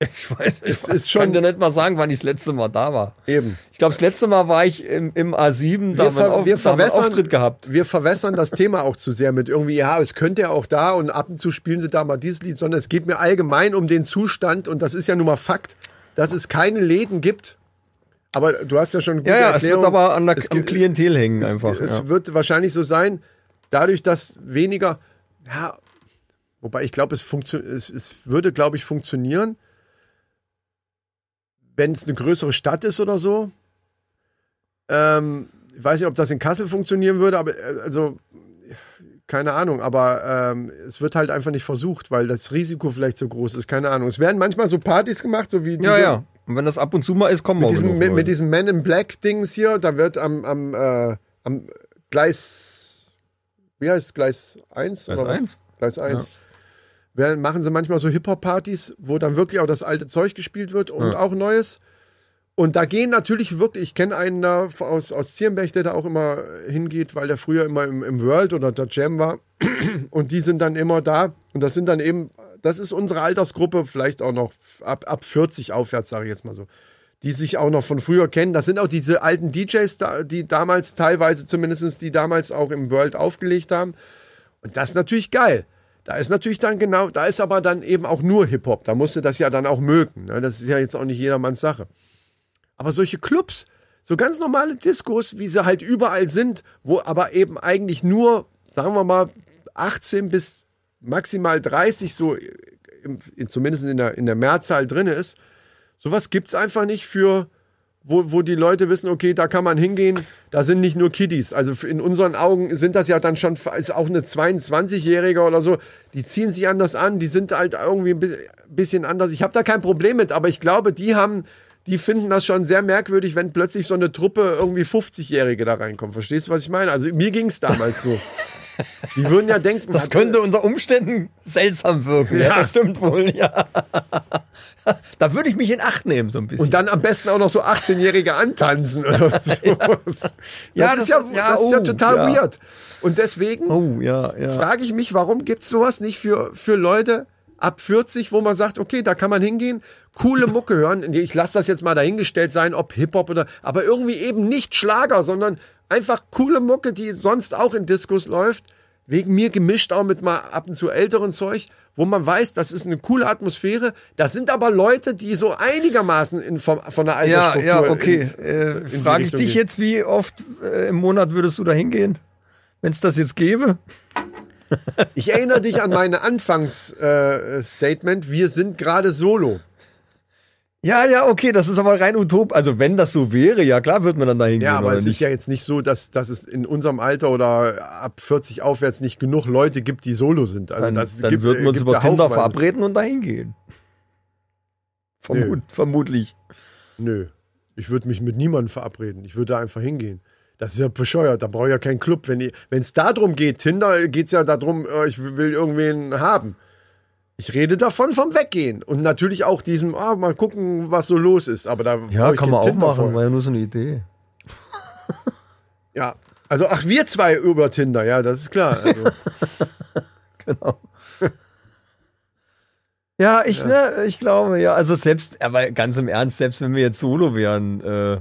Ich weiß, ich Es weiß, ist schon- kann dir nicht mal sagen, wann ich das letzte Mal da war. Eben. Ich glaube, das letzte Mal war ich im, im A7, da haben wir, Wir, einen auf, ver wir, da haben wir einen verwässern, Auftritt gehabt. wir verwässern das Thema auch zu sehr mit irgendwie, ja, es könnte ja auch da und ab und zu spielen sie da mal dieses Lied, sondern es geht mir allgemein um den Zustand und das ist ja nun mal Fakt, dass es keine Läden gibt. Aber du hast ja schon gute Ja, ja, es Erklärung. wird aber an der, am gibt- Klientel hängen einfach. Es ja. wird wahrscheinlich so sein, dadurch, dass weniger, ja, wobei ich glaube, es, funktio- es, es würde, glaube ich, funktionieren, wenn es eine größere Stadt ist oder so. Ähm, ich weiß nicht, ob das in Kassel funktionieren würde, aber äh, also keine Ahnung, aber ähm, es wird halt einfach nicht versucht, weil das Risiko vielleicht so groß ist, keine Ahnung. Es werden manchmal so Partys gemacht, so wie diese, ja, ja. Und wenn das ab und zu mal ist, kommen wir mit diesem, genug mit, mit Leute. diesem Man in Black Dings hier, da wird am, am, äh, am Gleis, wie heißt es, Gleis 1? Gleis oder was? 1? Gleis 1. Werden, machen sie manchmal so Hip-Hop-Partys, wo dann wirklich auch das alte Zeug gespielt wird und auch Neues. Und da gehen natürlich wirklich, ich kenne einen da aus, aus Zirnberg, der da auch immer hingeht, weil der früher immer im, im World oder der Jam war. Und die sind dann immer da. Und das sind dann eben, das ist unsere Altersgruppe, vielleicht auch noch ab, ab 40 aufwärts, sage ich jetzt mal so die sich auch noch von früher kennen. Das sind auch diese alten DJs, da- die damals teilweise zumindest, die damals auch im World aufgelegt haben. Und das ist natürlich geil. Da ist natürlich dann genau, da ist aber dann eben auch nur Hip-Hop. Da musst du das ja dann auch mögen. Ne? Das ist ja jetzt auch nicht jedermanns Sache. Aber solche Clubs, so ganz normale Diskos, wie sie halt überall sind, wo aber eben eigentlich nur, sagen wir mal, 18 bis maximal 30 so im, zumindest in der, in der Mehrzahl drin ist, Sowas gibt's einfach nicht für, wo, wo die Leute wissen, okay, da kann man hingehen, da sind nicht nur Kiddies. Also für- in unseren Augen sind das ja dann schon, ist auch eine 22-Jährige oder so, die ziehen sich anders an, die sind halt irgendwie ein bi- bisschen anders. Ich habe da kein Problem mit, aber ich glaube, die haben, die finden das schon sehr merkwürdig, wenn plötzlich so eine Truppe irgendwie 50-Jährige da reinkommt. Verstehst du, was ich meine? Also mir ging's damals so. Die würden ja denken, Das könnte unter Umständen seltsam wirken. Ja, Ja. das stimmt wohl, ja. da würde ich mich in Acht nehmen, so ein bisschen. Und dann am besten auch noch so 18-Jährige antanzen oder sowas. Ja, Das, das ist, ja, ist- ja, das ist ja oh, total ja. weird. Und deswegen oh, ja, ja. frage ich mich, warum gibt es sowas nicht für, für Leute ab 40, wo man sagt, okay, da kann man hingehen, coole Mucke hören. Ich lasse das jetzt mal dahingestellt sein, ob Hip-Hop oder, aber irgendwie eben nicht Schlager, sondern einfach coole Mucke, die sonst auch in Discos läuft. Wegen mir gemischt auch mit mal ab und zu älteren Zeug, wo man weiß, das ist eine coole Atmosphäre. Das sind aber Leute, die so einigermaßen in, von, von der Ja, Altersstruktur ja, okay. in- Äh, die Frage ich Richtung dich geht. jetzt, wie oft äh, im Monat würdest du da hingehen? Wenn es das jetzt gäbe? Ich erinnere dich an meine Anfangsstatement. Äh, Statement. wir sind gerade solo. Ja, ja, okay, das ist aber rein utop. Also wenn das so wäre, ja klar, wird man dann dahin gehen. Ja, aber oder es nicht? ist ja jetzt nicht so, dass, dass es in unserem Alter oder ab 40 aufwärts nicht genug Leute gibt, die solo sind. Also dann, das dann gibt, würden wir uns gibt's über ja Tinder haufenweise. verabreden und dahin gehen. Vermut, vermutlich. Nö, ich würde mich mit niemandem verabreden. Ich würde da einfach hingehen. Das ist ja bescheuert, da brauche ich ja keinen Club. Wenn es darum geht, Tinder geht es ja darum, äh, ich will irgendwen haben. Ich rede davon vom Weggehen. Und natürlich auch diesem, ah, mal gucken, was so los ist. Aber da brauche Ja, ich kann keinen man auch Tinder machen, von. war ja nur so eine Idee. Ja. Also, ach, wir zwei über Tinder, ja, das ist klar. Also, Genau. Ja, ich, Ne, ich glaube, ja. Also selbst, aber ganz im Ernst, selbst wenn wir jetzt solo wären, äh,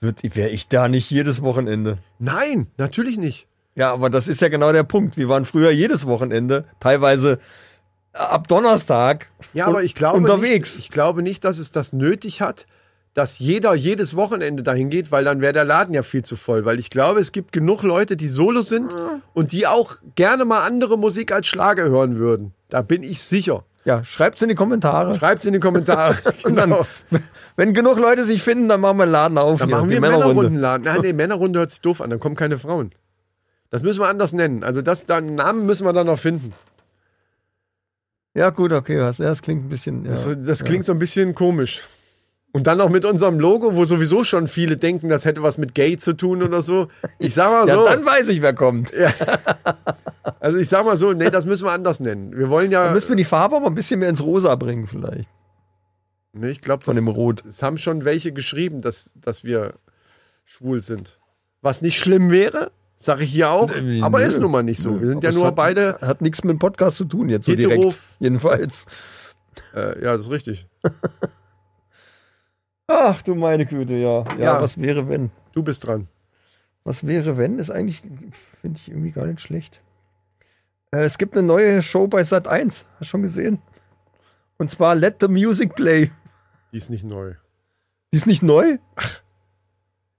wäre ich da nicht jedes Wochenende. nein, natürlich nicht. Ja, aber das ist ja genau der Punkt. Wir waren früher jedes Wochenende, teilweise äh, ab Donnerstag. Ja, un- aber ich glaube, Unterwegs. Nicht, ich glaube nicht, dass es das nötig hat, dass jeder jedes Wochenende dahin geht, weil dann wäre der Laden ja viel zu voll. Weil ich glaube, es gibt genug Leute, die solo sind und die auch gerne mal andere Musik als Schlager hören würden. Da bin ich sicher. Ja, schreibt's in die Kommentare. Schreibt's in die Kommentare. Und dann, genau. wenn genug Leute sich finden, dann machen wir einen Laden auf. Dann hier, machen die wir Männerrundenladen. Nein, nee, Männerrunde hört sich doof an, dann kommen keine Frauen. Das müssen wir anders nennen. Also das, dann einen Namen müssen wir dann noch finden. Ja, gut, okay. Das, ja, das klingt ein bisschen. Ja. Das, das klingt so ein bisschen komisch. Und dann noch mit unserem Logo, wo sowieso schon viele denken, das hätte was mit Gay zu tun oder so. Ich sag mal ja, so, dann weiß ich, wer kommt. also ich sag mal so, nee, das müssen wir anders nennen. Wir wollen Dann ja, müssen wir die Farbe aber ein bisschen mehr ins Rosa bringen, vielleicht. nee, ich glaube, Von das, dem Rot. das haben schon welche geschrieben, dass, dass wir schwul sind. Was nicht schlimm wäre, sage ich hier auch, Nee, aber nö. ist nun mal nicht so. Wir sind Aber ja es nur hat, beide, Hat nichts mit dem Podcast zu tun, jetzt so Hetero- direkt. Jedenfalls. äh, ja, das ist richtig. Ach du meine Güte, ja. ja. Ja. was wäre, wenn? Du bist dran. Was wäre, wenn? Ist eigentlich, finde ich irgendwie gar nicht schlecht. Äh, es gibt eine neue Show bei Sat 1. Hast du schon gesehen? Und zwar Let the Music Play. Die ist nicht neu. Die ist nicht neu?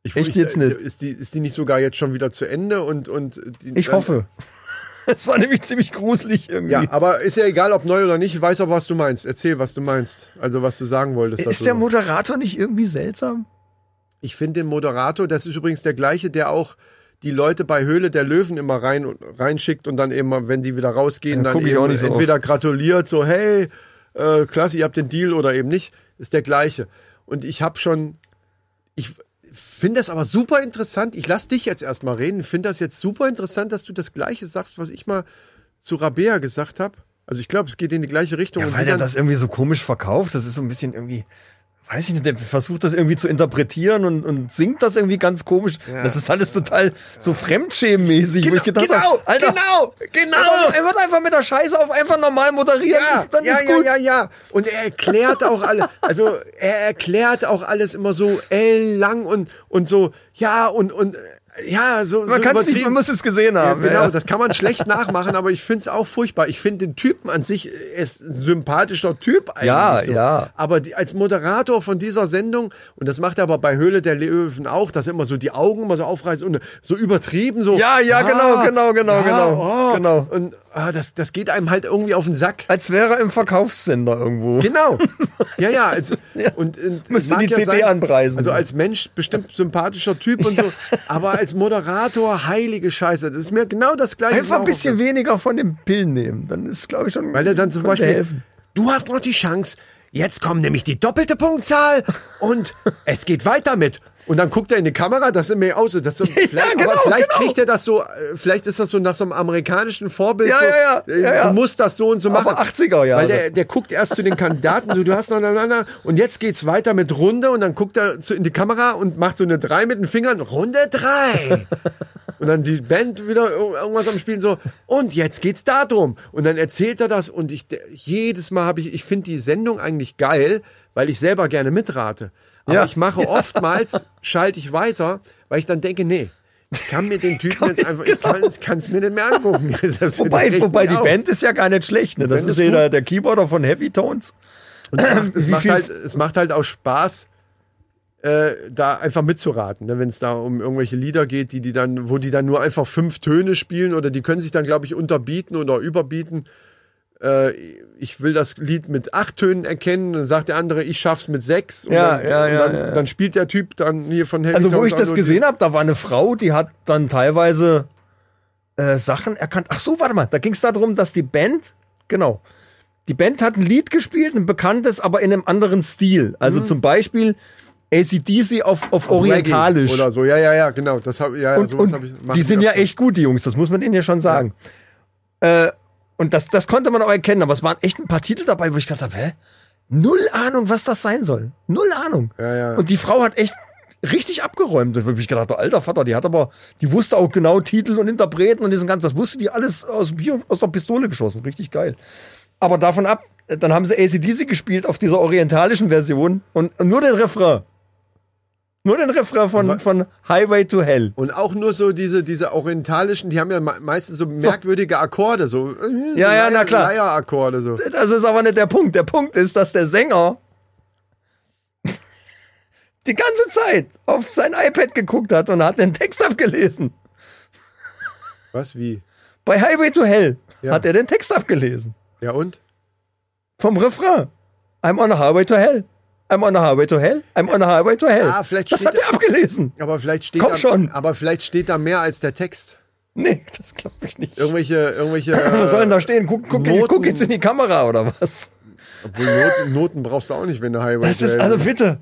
Ich, Echt ich, jetzt nicht? Ist die, ist die nicht sogar jetzt schon wieder zu Ende? Und, und die, Ich dann- hoffe. Es war nämlich ziemlich gruselig irgendwie. Ja, aber ist ja egal, ob neu oder nicht. Ich weiß aber, was du meinst. Erzähl, was du meinst. Also, was du sagen wolltest. dazu. ist der Moderator nicht irgendwie seltsam? ich finde den Moderator, das ist übrigens der gleiche, der auch die Leute bei Höhle der Löwen immer rein, reinschickt und dann eben, wenn die wieder rausgehen, Ja, dann guck ich eben auch nicht so entweder gratuliert, so, hey, äh, klasse, ihr habt den Deal oder eben nicht. Ist der gleiche. Und ich habe schon, ich finde das aber super interessant. Ich lass dich jetzt erstmal reden. Finde das jetzt super interessant, dass du das gleiche sagst, was ich mal zu Rabea gesagt habe. Also ich glaube, es geht in die gleiche Richtung. Ja, Und weil die er dann- das irgendwie so komisch verkauft. Das ist so ein bisschen irgendwie, weiß ich nicht, der versucht das irgendwie zu interpretieren und, und singt das irgendwie ganz komisch. das ist alles total so fremdschämenmäßig. wo ich gedacht genau, hab, Alter, genau, genau. Alter, Er wird einfach mit der Scheiße auf einfach normal moderieren. ist, dann ja, ist ja, gut. ja, ja. Und er erklärt auch alles. Also er erklärt auch alles immer so ellenlang und und so. Ja und und äh, ja so. Man kann so es nicht, man übertrieben. muss es gesehen ja, haben. genau, ja. das kann man schlecht nachmachen, aber ich finde es auch furchtbar. Ich finde den Typen an sich äh, er ist ein sympathischer Typ eigentlich. Ja, so. ja. Aber die, als Moderator von dieser Sendung, und das macht er aber bei Höhle der Löwen auch, dass er immer so die Augen immer so aufreißt und so übertrieben so. Ja, ja, genau, genau, genau, genau, oh. genau. Und ah, das, das geht einem halt irgendwie auf den Sack. Als wäre er im Verkaufssender irgendwo. Genau. Ja, ja. Also, Und, und Müsste mag die CD anpreisen. Also als Mensch bestimmt sympathischer Typ und so. Aber als Moderator, heilige Scheiße. Das ist mir genau das gleiche. Einfach ein Warum- bisschen weniger von den Pillen nehmen. Dann ist, glaube ich, schon. Weil er dann zum könnte Beispiel. helfen. Du hast noch die Chance. Jetzt kommt nämlich die doppelte Punktzahl und es geht weiter mit. Und dann guckt er in die Kamera, das ist mir aus. Das ist so, vielleicht, aber genau, vielleicht genau. kriegt er das so, äh, vielleicht ist das so nach so einem amerikanischen Vorbild. Ja, so, ja, ja, äh, ja, ja. Du musst das so und so machen. Aber also. 80er Jahre. Weil der, der guckt erst zu den Kandidaten, so, du hast noch, na, na, na, und jetzt geht's weiter mit Runde und dann guckt er zu, in die Kamera und macht so eine 3 mit den Fingern, Runde 3. Und dann die Band wieder ir- irgendwas am Spielen so, und jetzt geht's darum. Und dann erzählt er das und ich, de- jedes Mal habe ich, ich finde die Sendung eigentlich geil, weil ich selber gerne mitrate. Aber Ja. ich mache oftmals, schalte ich weiter, weil ich dann denke, nee, ich kann mir den Typen jetzt einfach, ich kann es mir nicht mehr angucken. Das genau. Wobei, regt wobei mich die auf. Band ist ja gar nicht schlecht. Ne? Das Band ist ist ja der, der Keyboarder von Heavy Tones. Und es macht, es Wie macht, viel- halt, es macht halt auch Spaß, äh, da einfach mitzuraten, ne? wenn es da um irgendwelche Lieder geht, die die dann, wo die dann nur einfach fünf Töne spielen oder die können sich dann, glaube ich, unterbieten oder überbieten. Äh, ich will das Lied mit acht Tönen erkennen, dann sagt der andere, ich schaff's mit sechs. Und Ja, dann, ja, und ja, dann, ja, ja. dann spielt der Typ dann hier von Heavy Also, wo Tones ich auch das nur gesehen habe, da war eine Frau, die hat dann teilweise äh, Sachen erkannt. Ach so, warte mal, da ging es darum, dass die Band, genau, die Band hat ein Lied gespielt, ein bekanntes, aber in einem anderen Stil. Also zum Beispiel ACDC auf, auf Mhm. Reggae orientalisch. Oder so, ja, ja, ja, genau. Das hab, ja, ja, und, und sowas hab ich, mach die ich sind auch ja schon. echt gut, die Jungs, das muss man ihnen ja schon sagen. Äh, und das, das konnte man auch erkennen, aber es waren echt ein paar Titel dabei, wo ich gedacht habe, hä? Null Ahnung, was das sein soll. Null Ahnung. Ja, ja. Und die Frau hat echt richtig abgeräumt. Da habe ich gedacht, alter Vater, die hat aber, die wusste auch genau Titel und Interpreten und diesen ganzen, das wusste die alles aus, dem Bier- aus der Pistole geschossen. Richtig geil. Aber davon ab, dann haben sie ACDC gespielt auf dieser orientalischen Version und nur den Refrain. Nur den Refrain von, von Highway to Hell. Und auch nur so diese, diese orientalischen, die haben ja me- meistens so merkwürdige Akkorde, so, äh, so Ja, ja, Leier- na klar. Leierakkorde, so. Das ist aber nicht der Punkt. Der Punkt ist, dass der Sänger die ganze Zeit auf sein iPad geguckt hat und hat den Text abgelesen. Was, wie? Bei Highway to Hell Ja. hat er den Text abgelesen. Ja, und? Vom Refrain. I'm on a highway to hell. I'm on a highway to hell. I'm on a highway to hell. Ah, vielleicht das steht hat er abgelesen. Aber vielleicht steht Komm da, schon. aber vielleicht steht da mehr als der Text. Nee, das glaube ich nicht. Irgendwelche, irgendwelche. äh, Was soll denn da stehen? Guck, guck, Noten- guck jetzt in die Kamera oder was? Obwohl Noten, Noten brauchst du auch nicht, wenn du Highway Das ist, Duell also bist. bitte.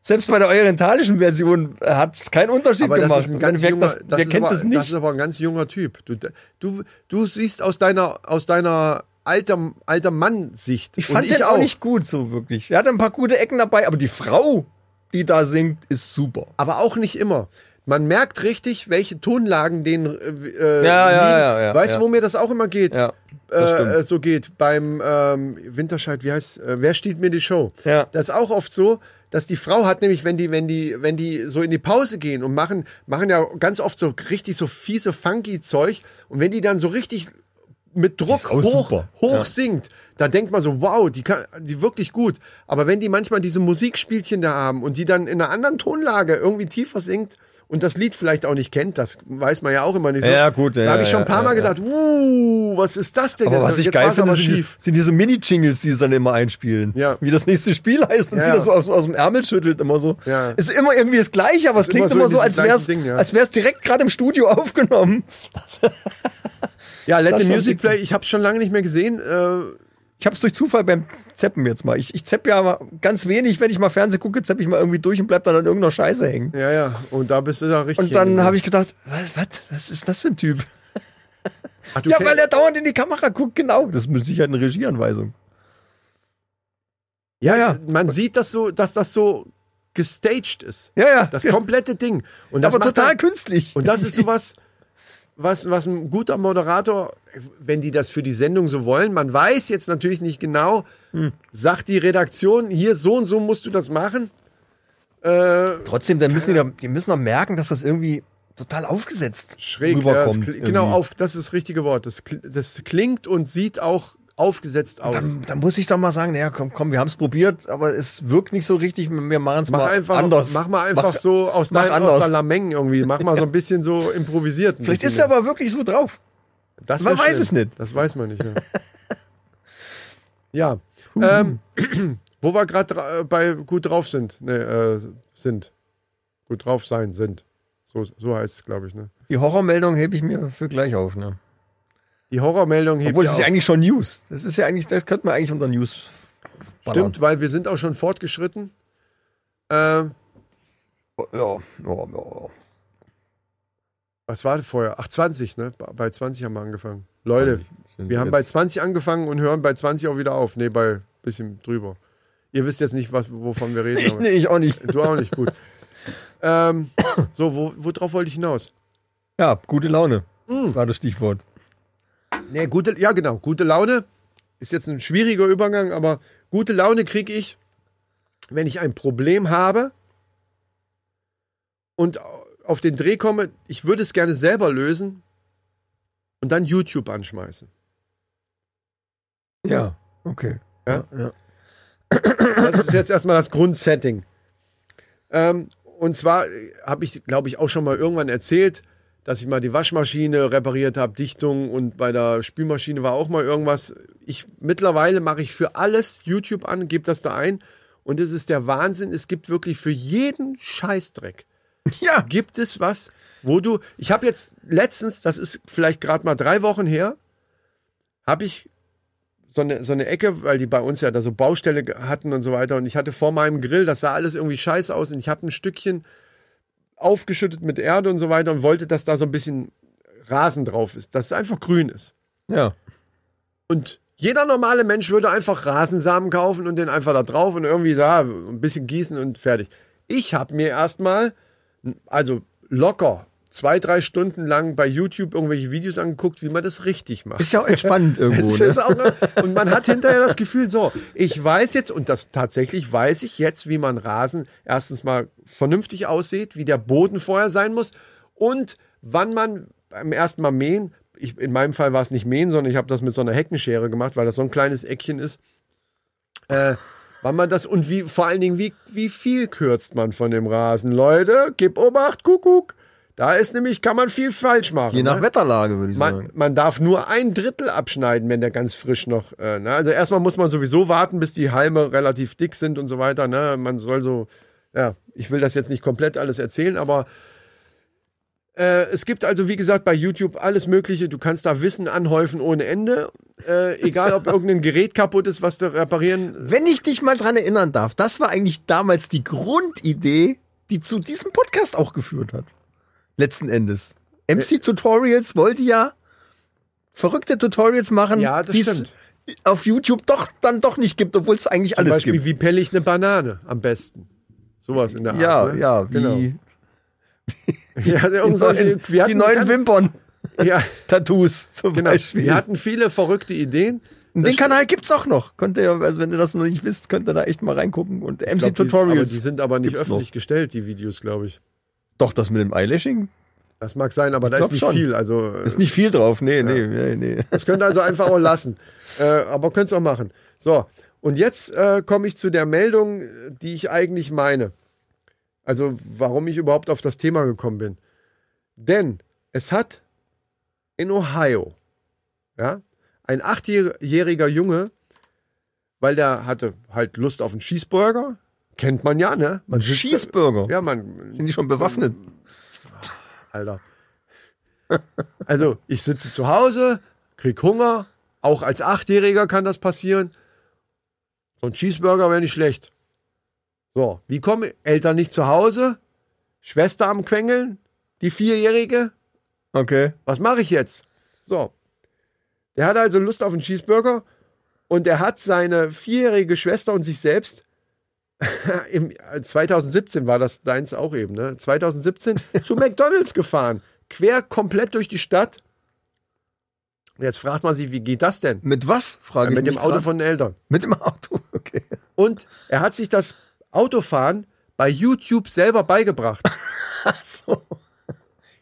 Selbst bei der orientalischen Version hat es keinen Unterschied aber gemacht. das ist ein Und ganz wer junger, das, wer ist kennt aber, das nicht? Das ist aber ein ganz junger Typ. Du, du, du siehst aus deiner, aus deiner alter, alter Mann-Sicht. Ich Und fand den auch nicht gut, so wirklich. Er hat ein paar gute Ecken dabei, aber die Frau, die da singt, ist super. aber auch nicht immer. Man merkt richtig, welche Tonlagen den äh, Ja, liegen. ja, ja, ja, Weißt du, ja. wo mir das auch immer geht? Ja, das stimmt. äh, äh, so geht beim ähm, Winterscheid, wie heißt äh, wer stiehlt mir die Show? Ja. Das ist auch oft so, dass die Frau hat nämlich, wenn die wenn die wenn die so in die Pause gehen und machen machen ja ganz oft so richtig so fiese funky Zeug und wenn die dann so richtig mit Druck auch hoch, super. hoch singt, da denkt man so, wow, die kann, die wirklich gut. Aber wenn die manchmal diese Musikspielchen da haben und die dann in einer anderen Tonlage irgendwie tiefer singt und das Lied vielleicht auch nicht kennt, das weiß man ja auch immer nicht so. Ja, gut, ja, da habe ich ja, schon ein paar ja, Mal ja. gedacht, uh, was ist das denn Aber jetzt? was ich Jetzt geil war's finde, aber sind, die- schief. sind diese Mini-Jingles, die sie dann immer einspielen. Ja. Wie das nächste Spiel heißt und Ja, sie ja. das so aus, aus dem Ärmel schüttelt, immer so. Ja. Ist immer irgendwie das Gleiche, aber es klingt immer immer so, so in als diesem wär's, gleichen Ding, ja. als wär's direkt gerade im Studio aufgenommen. Ja, Let Das the ist schon Music witzig. Play, ich habe schon lange nicht mehr gesehen. Äh, Ich hab's durch Zufall beim Zeppen jetzt mal. Ich, ich zepp ja mal ganz wenig, wenn ich mal Fernsehen gucke, zepp ich mal irgendwie durch und bleib dann an irgendeiner Scheiße hängen. ja, ja, genau. und da bist du da richtig. Und dann habe ich gedacht, was, was, was ist das für ein Typ? Ach, du ja, kenn- weil er dauernd in die Kamera guckt, genau. Das ist mit Sicherheit eine Regieanweisung. ja, ja. ja. Man sieht, dass, so, dass das so gestaged ist. Ja, ja. Das Ja. komplette Ding. Und das aber macht halt total dann- künstlich. Und das ist sowas, was, was ein guter Moderator, wenn die das für die Sendung so wollen, man weiß jetzt natürlich nicht genau, Hm. sagt die Redaktion, hier so und so musst du das machen. Trotzdem, dann müssen die, doch- die müssen doch merken, dass das irgendwie total aufgesetzt Schräg, ja, das, rüberkommt. kli- irgendwie. genau, auf, das ist das richtige Wort. Das, kli- das klingt und sieht auch aufgesetzt aus. Dann, dann muss ich doch mal sagen, naja, komm, komm, wir haben es probiert, aber es wirkt nicht so richtig, wir machen es mach mal einfach, anders. mach mal einfach Mach- so aus, mach dein, aus anders. der Lameng irgendwie. Mach mal so ein bisschen so improvisiert. ein Vielleicht ist bisschen. er aber wirklich so drauf. Das Man wär weiß es nicht. Das weiß man nicht. Ja. ja. Ähm, wo wir gerade bei gut drauf sind. Nee, äh, sind. Gut drauf sein sind. So, so heißt es, glaube ich. Ne? Die Horrormeldung hebe ich mir für gleich auf. Ne? Die Horrormeldung hebt Obwohl, ja das ist ja auch- eigentlich schon News. Das ist ja eigentlich, das könnte man eigentlich unter News ballern. Stimmt, weil wir sind auch schon fortgeschritten. Ähm, Ja, ja, ja. was war denn vorher? Ach, 20, ne? Bei- Bei 20 haben wir angefangen. Leute, wir haben bei 20 angefangen und hören bei 20 auch wieder auf. Nee, bei bisschen drüber. Ihr wisst jetzt nicht, was, wovon wir reden. Ich, nee, ich auch nicht. Du auch nicht, gut. ähm, so, wo, worauf wollte ich hinaus? Ja, gute Laune war das Stichwort. Nee, gute, ja, genau, gute Laune ist jetzt ein schwieriger Übergang, aber gute Laune kriege ich, wenn ich ein Problem habe und auf den Dreh komme, ich würde es gerne selber lösen und dann YouTube anschmeißen. Ja, okay. Ja? Das ist jetzt erstmal das Grundsetting. Ähm, und zwar äh, habe ich, glaube ich, auch schon mal irgendwann erzählt, dass ich mal die Waschmaschine repariert habe, Dichtung und bei der Spülmaschine war auch mal irgendwas. Ich mittlerweile mache ich für alles YouTube an, gebe das da ein und es ist der Wahnsinn. Es gibt wirklich für jeden Scheißdreck Ja. gibt es was, wo du. Ich habe jetzt letztens, das ist vielleicht gerade mal drei Wochen her, habe ich so eine, so eine Ecke, weil die bei uns ja da so Baustelle ge- hatten und so weiter. Und ich hatte vor meinem Grill, das sah alles irgendwie scheiße aus. Und ich habe ein Stückchen aufgeschüttet mit Erde und so weiter und wollte, dass da so ein bisschen Rasen drauf ist, dass es einfach grün ist. Ja. Und jeder normale Mensch würde einfach Rasensamen kaufen und den einfach da drauf und irgendwie da ein bisschen gießen und fertig. Ich habe mir erstmal, also locker, zwei, drei Stunden lang bei YouTube irgendwelche Videos angeguckt, wie man das richtig macht. Ist ja auch entspannend irgendwo. Es Ne? ist auch, und man hat hinterher das Gefühl, so, ich weiß jetzt, und das tatsächlich weiß ich jetzt, wie man Rasen erstens mal vernünftig aussieht, wie der Boden vorher sein muss und wann man beim ersten Mal mähen, ich, in meinem Fall war es nicht mähen, sondern ich habe das mit so einer Heckenschere gemacht, weil das so ein kleines Eckchen ist, äh, wann man das und wie, vor allen Dingen, wie, wie viel kürzt man von dem Rasen? Leute, gib Obacht, Kuckuck. Da ist nämlich, kann man viel falsch machen. Je nach ne? Wetterlage würde ich Man, sagen. man darf nur ein Drittel abschneiden, wenn der ganz frisch noch. Äh, ne? Also erstmal muss man sowieso warten, bis die Halme relativ dick sind und so weiter. Ne? Man soll so, ja, ich will das jetzt nicht komplett alles erzählen, aber äh, es gibt also, wie gesagt, bei YouTube alles Mögliche. Du kannst da Wissen anhäufen ohne Ende. Äh, egal, ob irgendein Gerät kaputt ist, was du reparieren. Wenn ich dich mal dran erinnern darf, das war eigentlich damals die Grundidee, die zu diesem Podcast auch geführt hat. Letzten Endes. Äh. MC Tutorials wollte ja verrückte Tutorials machen, Ja, das die es stimmt. auf YouTube doch dann doch nicht gibt, obwohl es eigentlich Zum alles Beispiel, gibt. wie pelle ich eine Banane am besten? Sowas in der Art. ja, ne? ja, wie Genau. die, ja, irgendwelche- neuen, wir hatten die neuen ganz- Wimpern-Tattoos Ja, zum genau. Beispiel. Wir hatten viele verrückte Ideen. Den Kanal gibt's auch noch. Könnt ihr, also wenn ihr das noch nicht wisst, könnt ihr da echt mal reingucken. Und MC glaub, Die, aber Tutorials. die sind aber nicht gibt's öffentlich gestellt, die Videos, glaube ich. Noch. Doch, das mit dem Eyelashing? Das mag sein, aber da glaub ist nicht schon. viel. Also äh, Ist nicht viel drauf. Nee, nee, nee, nee. das könnt ihr also einfach auch lassen. Äh, aber könnt es auch machen. So, und jetzt äh, komme ich zu der Meldung, die ich eigentlich meine. Also, warum ich überhaupt auf das Thema gekommen bin. Denn es hat in Ohio, ja, ein achtjähriger Junge, weil der hatte halt Lust auf einen Cheeseburger. Kennt man ja, ne? Man sitzt- Schießbürger. Ja, man, Sind die schon bewaffnet? Alter. Also, ich sitze zu Hause, krieg Hunger. Auch als Achtjähriger kann das passieren. So ein Cheeseburger wäre nicht schlecht. So, wie kommen Eltern nicht zu Hause? Schwester am Quengeln? Die Vierjährige? Okay. was mache ich jetzt? So. Der hat also Lust auf einen Cheeseburger und er hat seine vierjährige Schwester und sich selbst im 2017 war das deins auch eben, ne? 2017 zu McDonald's gefahren, quer komplett durch die Stadt. Und jetzt fragt man sich, wie geht das denn? Mit was? Frage Ja, ich mit dem mich Auto grad. von den Eltern. Mit dem Auto. Okay. Und er hat sich das Autofahren bei YouTube selber beigebracht.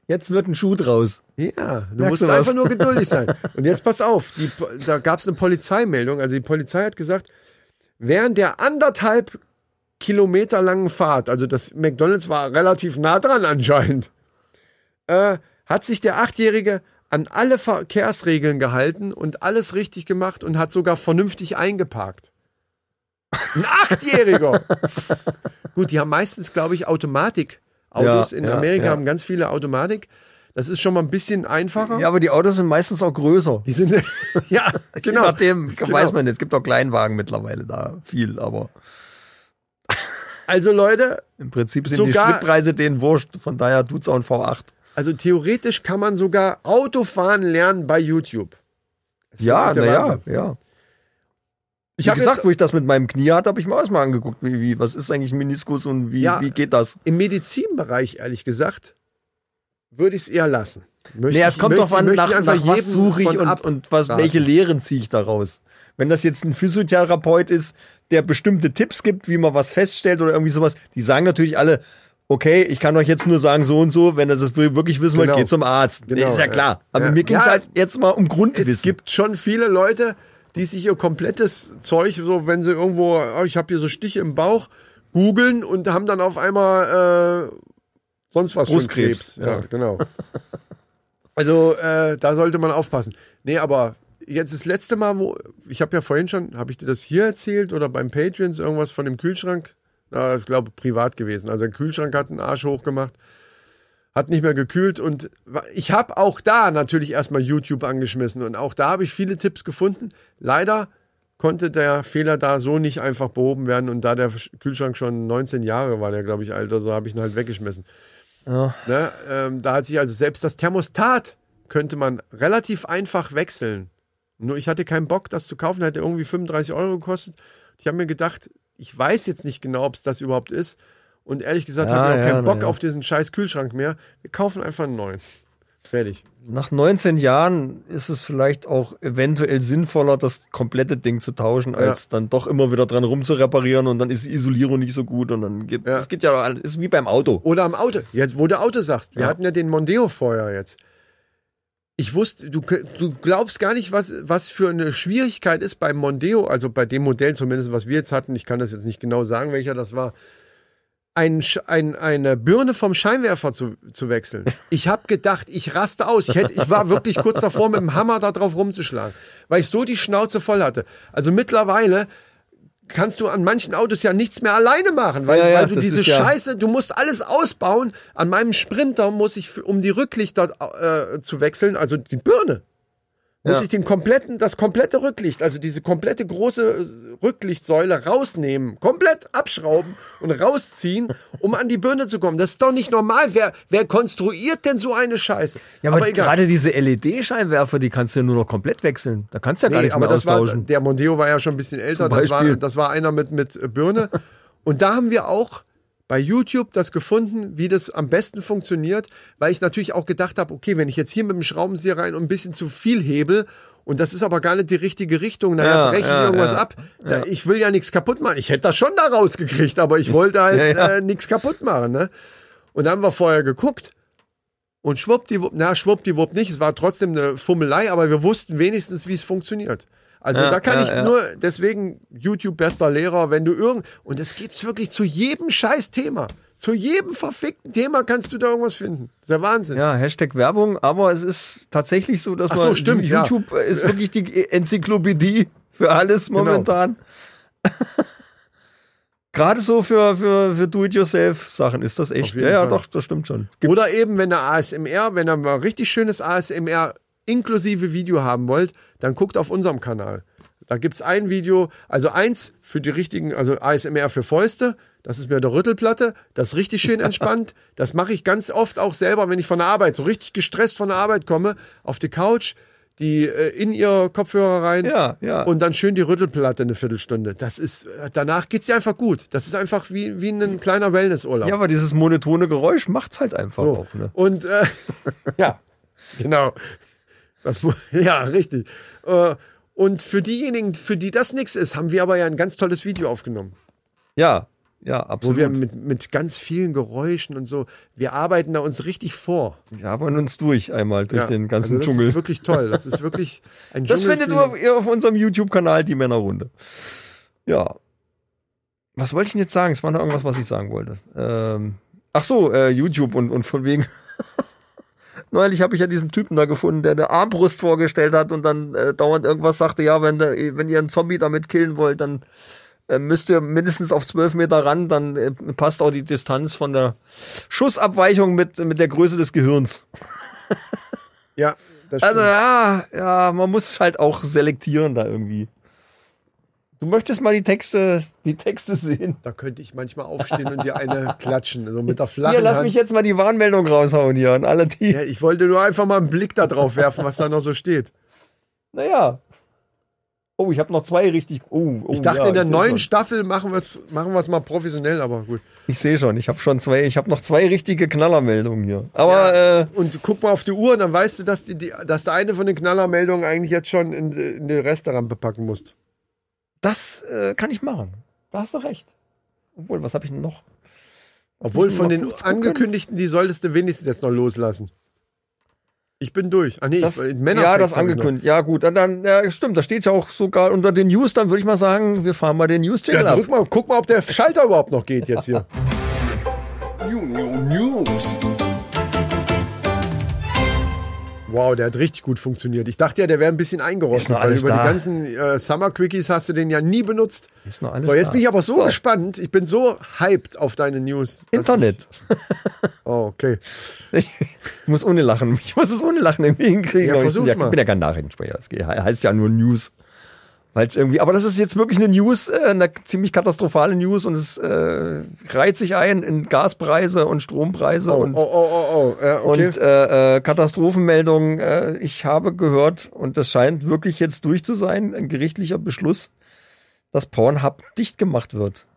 Jetzt wird ein Schuh draus. Ja, Merkst du musst du was? einfach nur geduldig sein. Und jetzt pass auf, die, Po- da gab es eine Polizeimeldung. Also die Polizei hat gesagt, während der anderthalb Kilometer langen Fahrt, also das McDonald's war relativ nah dran anscheinend, äh, hat sich der Achtjährige an alle Verkehrsregeln gehalten und alles richtig gemacht und hat sogar vernünftig eingeparkt. Ein Achtjähriger! Gut, die haben meistens, glaube ich, Automatikautos. Ja, In ja, Amerika ja. haben ganz viele Automatik. Das ist schon mal ein bisschen einfacher. Ja, aber die Autos sind meistens auch größer. Die sind ja genau. Je nachdem, Genau. weiß man nicht. Es gibt auch Kleinwagen mittlerweile da. Viel, aber Also Leute, im Prinzip sind Sogar- die Spritpreise denen wurscht. Von daher tut's auch ein V8. also theoretisch kann man sogar Autofahren lernen bei YouTube. Ja, wirklich der naja, Wahnsinn. ja. Ich Wie habe gesagt, gesagt, wo ich das mit meinem Knie hatte, habe ich mir erstmal angeguckt, wie, wie, was ist eigentlich Meniskus und wie, Ja. wie geht das? im Medizinbereich ehrlich gesagt würde ich es eher lassen. Möchte Naja, ich- es kommt möchte- doch an, möchte nach, ich einfach nach was jedem suche ich von und, ab- und was, raten. welche Lehren ziehe ich daraus? Wenn das jetzt ein Physiotherapeut ist, der bestimmte Tipps gibt, wie man was feststellt oder irgendwie sowas, die sagen natürlich alle, okay, ich kann euch jetzt nur sagen so und so, wenn ihr das wirklich wissen wollt, Genau. geht zum Arzt. Genau, ist ja ja. klar. Aber Ja. mir ging es Ja. halt jetzt mal um Grundwissen. Es gibt schon viele Leute, die sich ihr komplettes Zeug, so wenn sie irgendwo, oh, ich habe hier so Stiche im Bauch, googeln und haben dann auf einmal äh, sonst was für einen Brustkrebs, Krebs. Ja, genau. Also äh, da sollte man aufpassen. Nee, aber jetzt das letzte Mal, wo ich habe ja vorhin schon, habe ich dir das hier erzählt oder beim Patreons irgendwas von dem Kühlschrank? Na, ich glaube privat gewesen. Also der Kühlschrank hat einen Arsch hochgemacht hat nicht mehr gekühlt und wa- ich habe auch da natürlich erstmal YouTube angeschmissen und auch da habe ich viele Tipps gefunden. Leider konnte der Fehler da so nicht einfach behoben werden. Und da der Kühlschrank schon 19 Jahre war, der glaube ich alter, so habe ich ihn halt weggeschmissen. Ne? Ähm, da hat sich also selbst das Thermostat könnte man relativ einfach wechseln. Nur ich hatte keinen Bock, das zu kaufen. Hat irgendwie 35 Euro gekostet. Ich habe mir gedacht, ich weiß jetzt nicht genau, ob es das überhaupt ist. Und ehrlich gesagt Ja, habe ich auch ja, keinen na Bock ja. auf diesen scheiß Kühlschrank mehr. Wir kaufen einfach einen neuen. Fertig. Nach 19 Jahren ist es vielleicht auch eventuell sinnvoller, das komplette Ding zu tauschen, als dann doch immer wieder dran rumzureparieren und dann ist die Isolierung nicht so gut und dann geht Ja. es geht ja doch alles, ist wie beim Auto. Oder am Auto. Jetzt, wo du Auto sagst. Wir hatten ja den Mondeo vorher jetzt. Ich wusste, du, k- du glaubst gar nicht, was, was für eine Schwierigkeit ist beim Mondeo, also bei dem Modell zumindest, was wir jetzt hatten. Ich kann das jetzt nicht genau sagen, welcher das war. Ein, Sch- ein, eine Birne vom Scheinwerfer zu, zu wechseln. Ich habe gedacht, ich raste aus. Ich, hätte, ich war wirklich kurz davor, mit dem Hammer da drauf rumzuschlagen, weil ich so die Schnauze voll hatte. Also mittlerweile kannst du an manchen Autos ja nichts mehr alleine machen, weil, Ja, ja, weil du das diese ist ja- Scheiße, du musst alles ausbauen. An meinem Sprinter muss ich, für- um die Rücklichter äh, zu wechseln, also die Birne, muss ich den kompletten, das komplette Rücklicht, also diese komplette große äh, Rücklichtsäule rausnehmen, komplett abschrauben und rausziehen, um an die Birne zu kommen. Das ist doch nicht normal. Wer, wer konstruiert denn so eine Scheiße? Ja, aber, gerade diese LED-Scheinwerfer, die kannst du ja nur noch komplett wechseln. Da kannst du ja gar Nee, nichts aber mehr das war, austauschen. der Mondeo war ja schon ein bisschen älter. Zum Das war, Beispiel. das war einer mit, mit äh, Birne. Und da haben wir auch bei YouTube das gefunden, wie das am besten funktioniert, weil ich natürlich auch gedacht habe, okay, wenn ich jetzt hier mit dem Schraubenzieher rein und ein bisschen zu viel hebel, und das ist aber gar nicht die richtige Richtung, naja, Ja, breche ich ja, irgendwas ja. ab. Da, Ich will ja nichts kaputt machen. Ich hätte das schon da rausgekriegt, aber ich wollte halt Ja, ja. äh, nichts kaputt machen. Ne? Und da haben wir vorher geguckt und schwuppdiwupp, na, schwuppdiwupp nicht. Es war trotzdem eine Fummelei, aber wir wussten wenigstens, wie es funktioniert. Also Ja, da kann ja, ich ja. nur, deswegen YouTube bester Lehrer, wenn du irgend, und das gibt's wirklich zu jedem scheiß Thema. Zu jedem verfickten Thema kannst du da irgendwas finden. Das ist der Wahnsinn. Ja, Hashtag Werbung, aber es ist tatsächlich so, dass Ach so, man stimmt, ja. YouTube ist wirklich die Enzyklopädie für alles Genau. momentan. Gerade so für, für, für Do-it-yourself-Sachen ist das echt. Auf jeden Ja, ja, Fall. doch, das stimmt schon. Oder eben, wenn ihr ASMR, wenn ihr mal richtig schönes ASMR inklusive Video haben wollt, dann guckt auf unserem Kanal. Da gibt's ein Video, also eins für die richtigen, also ASMR für Fäuste. Das ist mir der Rüttelplatte. Das ist richtig schön entspannt. Das mache ich ganz oft auch selber, wenn ich von der Arbeit, so richtig gestresst von der Arbeit komme, auf die Couch, die äh, in ihr Kopfhörer rein Ja, ja. und dann schön die Rüttelplatte eine Viertelstunde. Das ist, äh, danach geht's dir einfach gut. Das ist einfach wie, wie ein kleiner Wellnessurlaub. ja, aber dieses monotone Geräusch macht's halt einfach So. auch. Ne? Und äh, ja, genau. Das, mu- ja, richtig. Äh, und für diejenigen, für die das nichts ist, haben wir aber ja ein ganz tolles Video aufgenommen, Ja, ja, wo absolut. wir mit, mit ganz vielen Geräuschen und so, wir arbeiten da uns richtig vor. wir haben uns durch einmal durch Ja, den ganzen also das Dschungel. ist wirklich toll. Das ist wirklich ein Das Dschungel findet für- ihr auf, ihr auf unserem YouTube-Kanal, die Männerrunde. Ja. Was wollte ich denn jetzt sagen? Es war noch irgendwas, was ich sagen wollte. Ähm, ach so, äh, YouTube und, und von wegen. Neulich habe ich ja diesen Typen da gefunden, der eine Armbrust vorgestellt hat und dann äh, dauernd irgendwas sagte, ja, wenn, der, wenn ihr einen Zombie damit killen wollt, dann äh, müsst ihr mindestens auf 12 Meter ran, dann äh, passt auch die Distanz von der Schussabweichung mit, mit der Größe des Gehirns. Ja, das Also stimmt. ja, ja, man muss halt auch selektieren da irgendwie. Du möchtest mal die Texte, die Texte sehen. da könnte ich manchmal aufstehen und dir eine klatschen, so mit der Hier, flachen lass Hand. mich jetzt mal die Warnmeldung raushauen hier an alle die. Ja, ich wollte nur einfach mal einen Blick da drauf werfen, was da noch so steht. Naja. Oh, ich habe noch zwei richtig. Oh, oh, Ich dachte, ja, in der seh neuen Schon. Staffel machen wir es machen wir's mal professionell, aber gut. Ich sehe schon, ich habe schon zwei, ich habe noch zwei richtige Knallermeldungen hier. Aber äh, Und guck mal auf die Uhr, dann weißt du, dass, die, die, dass du eine von den Knallermeldungen eigentlich jetzt schon in, in den Restaurant bepacken musst. das äh, kann ich machen. Da hast du recht. Obwohl, was habe ich denn noch? Obwohl mich von mal den kurz gucken. angekündigten, die solltest du wenigstens jetzt noch loslassen. Ich bin durch. Ah nee, Das, ich, ja, das angekündigt. Ja, gut. Dann, dann ja, stimmt, da steht ja auch sogar unter den News. Dann würde ich mal sagen, wir fahren mal den News-Jingle Ja, ab. drück mal, guck mal, ob der Schalter überhaupt noch geht jetzt hier. Wow, der hat richtig gut funktioniert. Ich dachte ja, der wäre ein bisschen Ist eingerostet, noch weil alles über da. die ganzen äh, Summer Quickies hast du den ja nie benutzt. Ist noch alles so, jetzt da. bin ich aber so, So. gespannt. Ich bin so hyped auf deine News. dass Internet. Ich, oh, okay. Ich muss ohne lachen. Ich muss es ohne lachen irgendwie hinkriegen. Ja, Aber ich versuch's bin ja, mal. ich bin ja kein Nachrichtensprecher. Es geht- heißt ja nur News. Weil es irgendwie, aber das ist jetzt wirklich eine News, äh, eine ziemlich katastrophale News und es äh, reiht sich ein in Gaspreise und Strompreise und Oh, oh, oh, oh. Ja, okay. und äh, äh, Katastrophenmeldungen. Äh, ich habe gehört, und das scheint wirklich jetzt durch zu sein, ein gerichtlicher Beschluss, dass Pornhub dicht gemacht wird.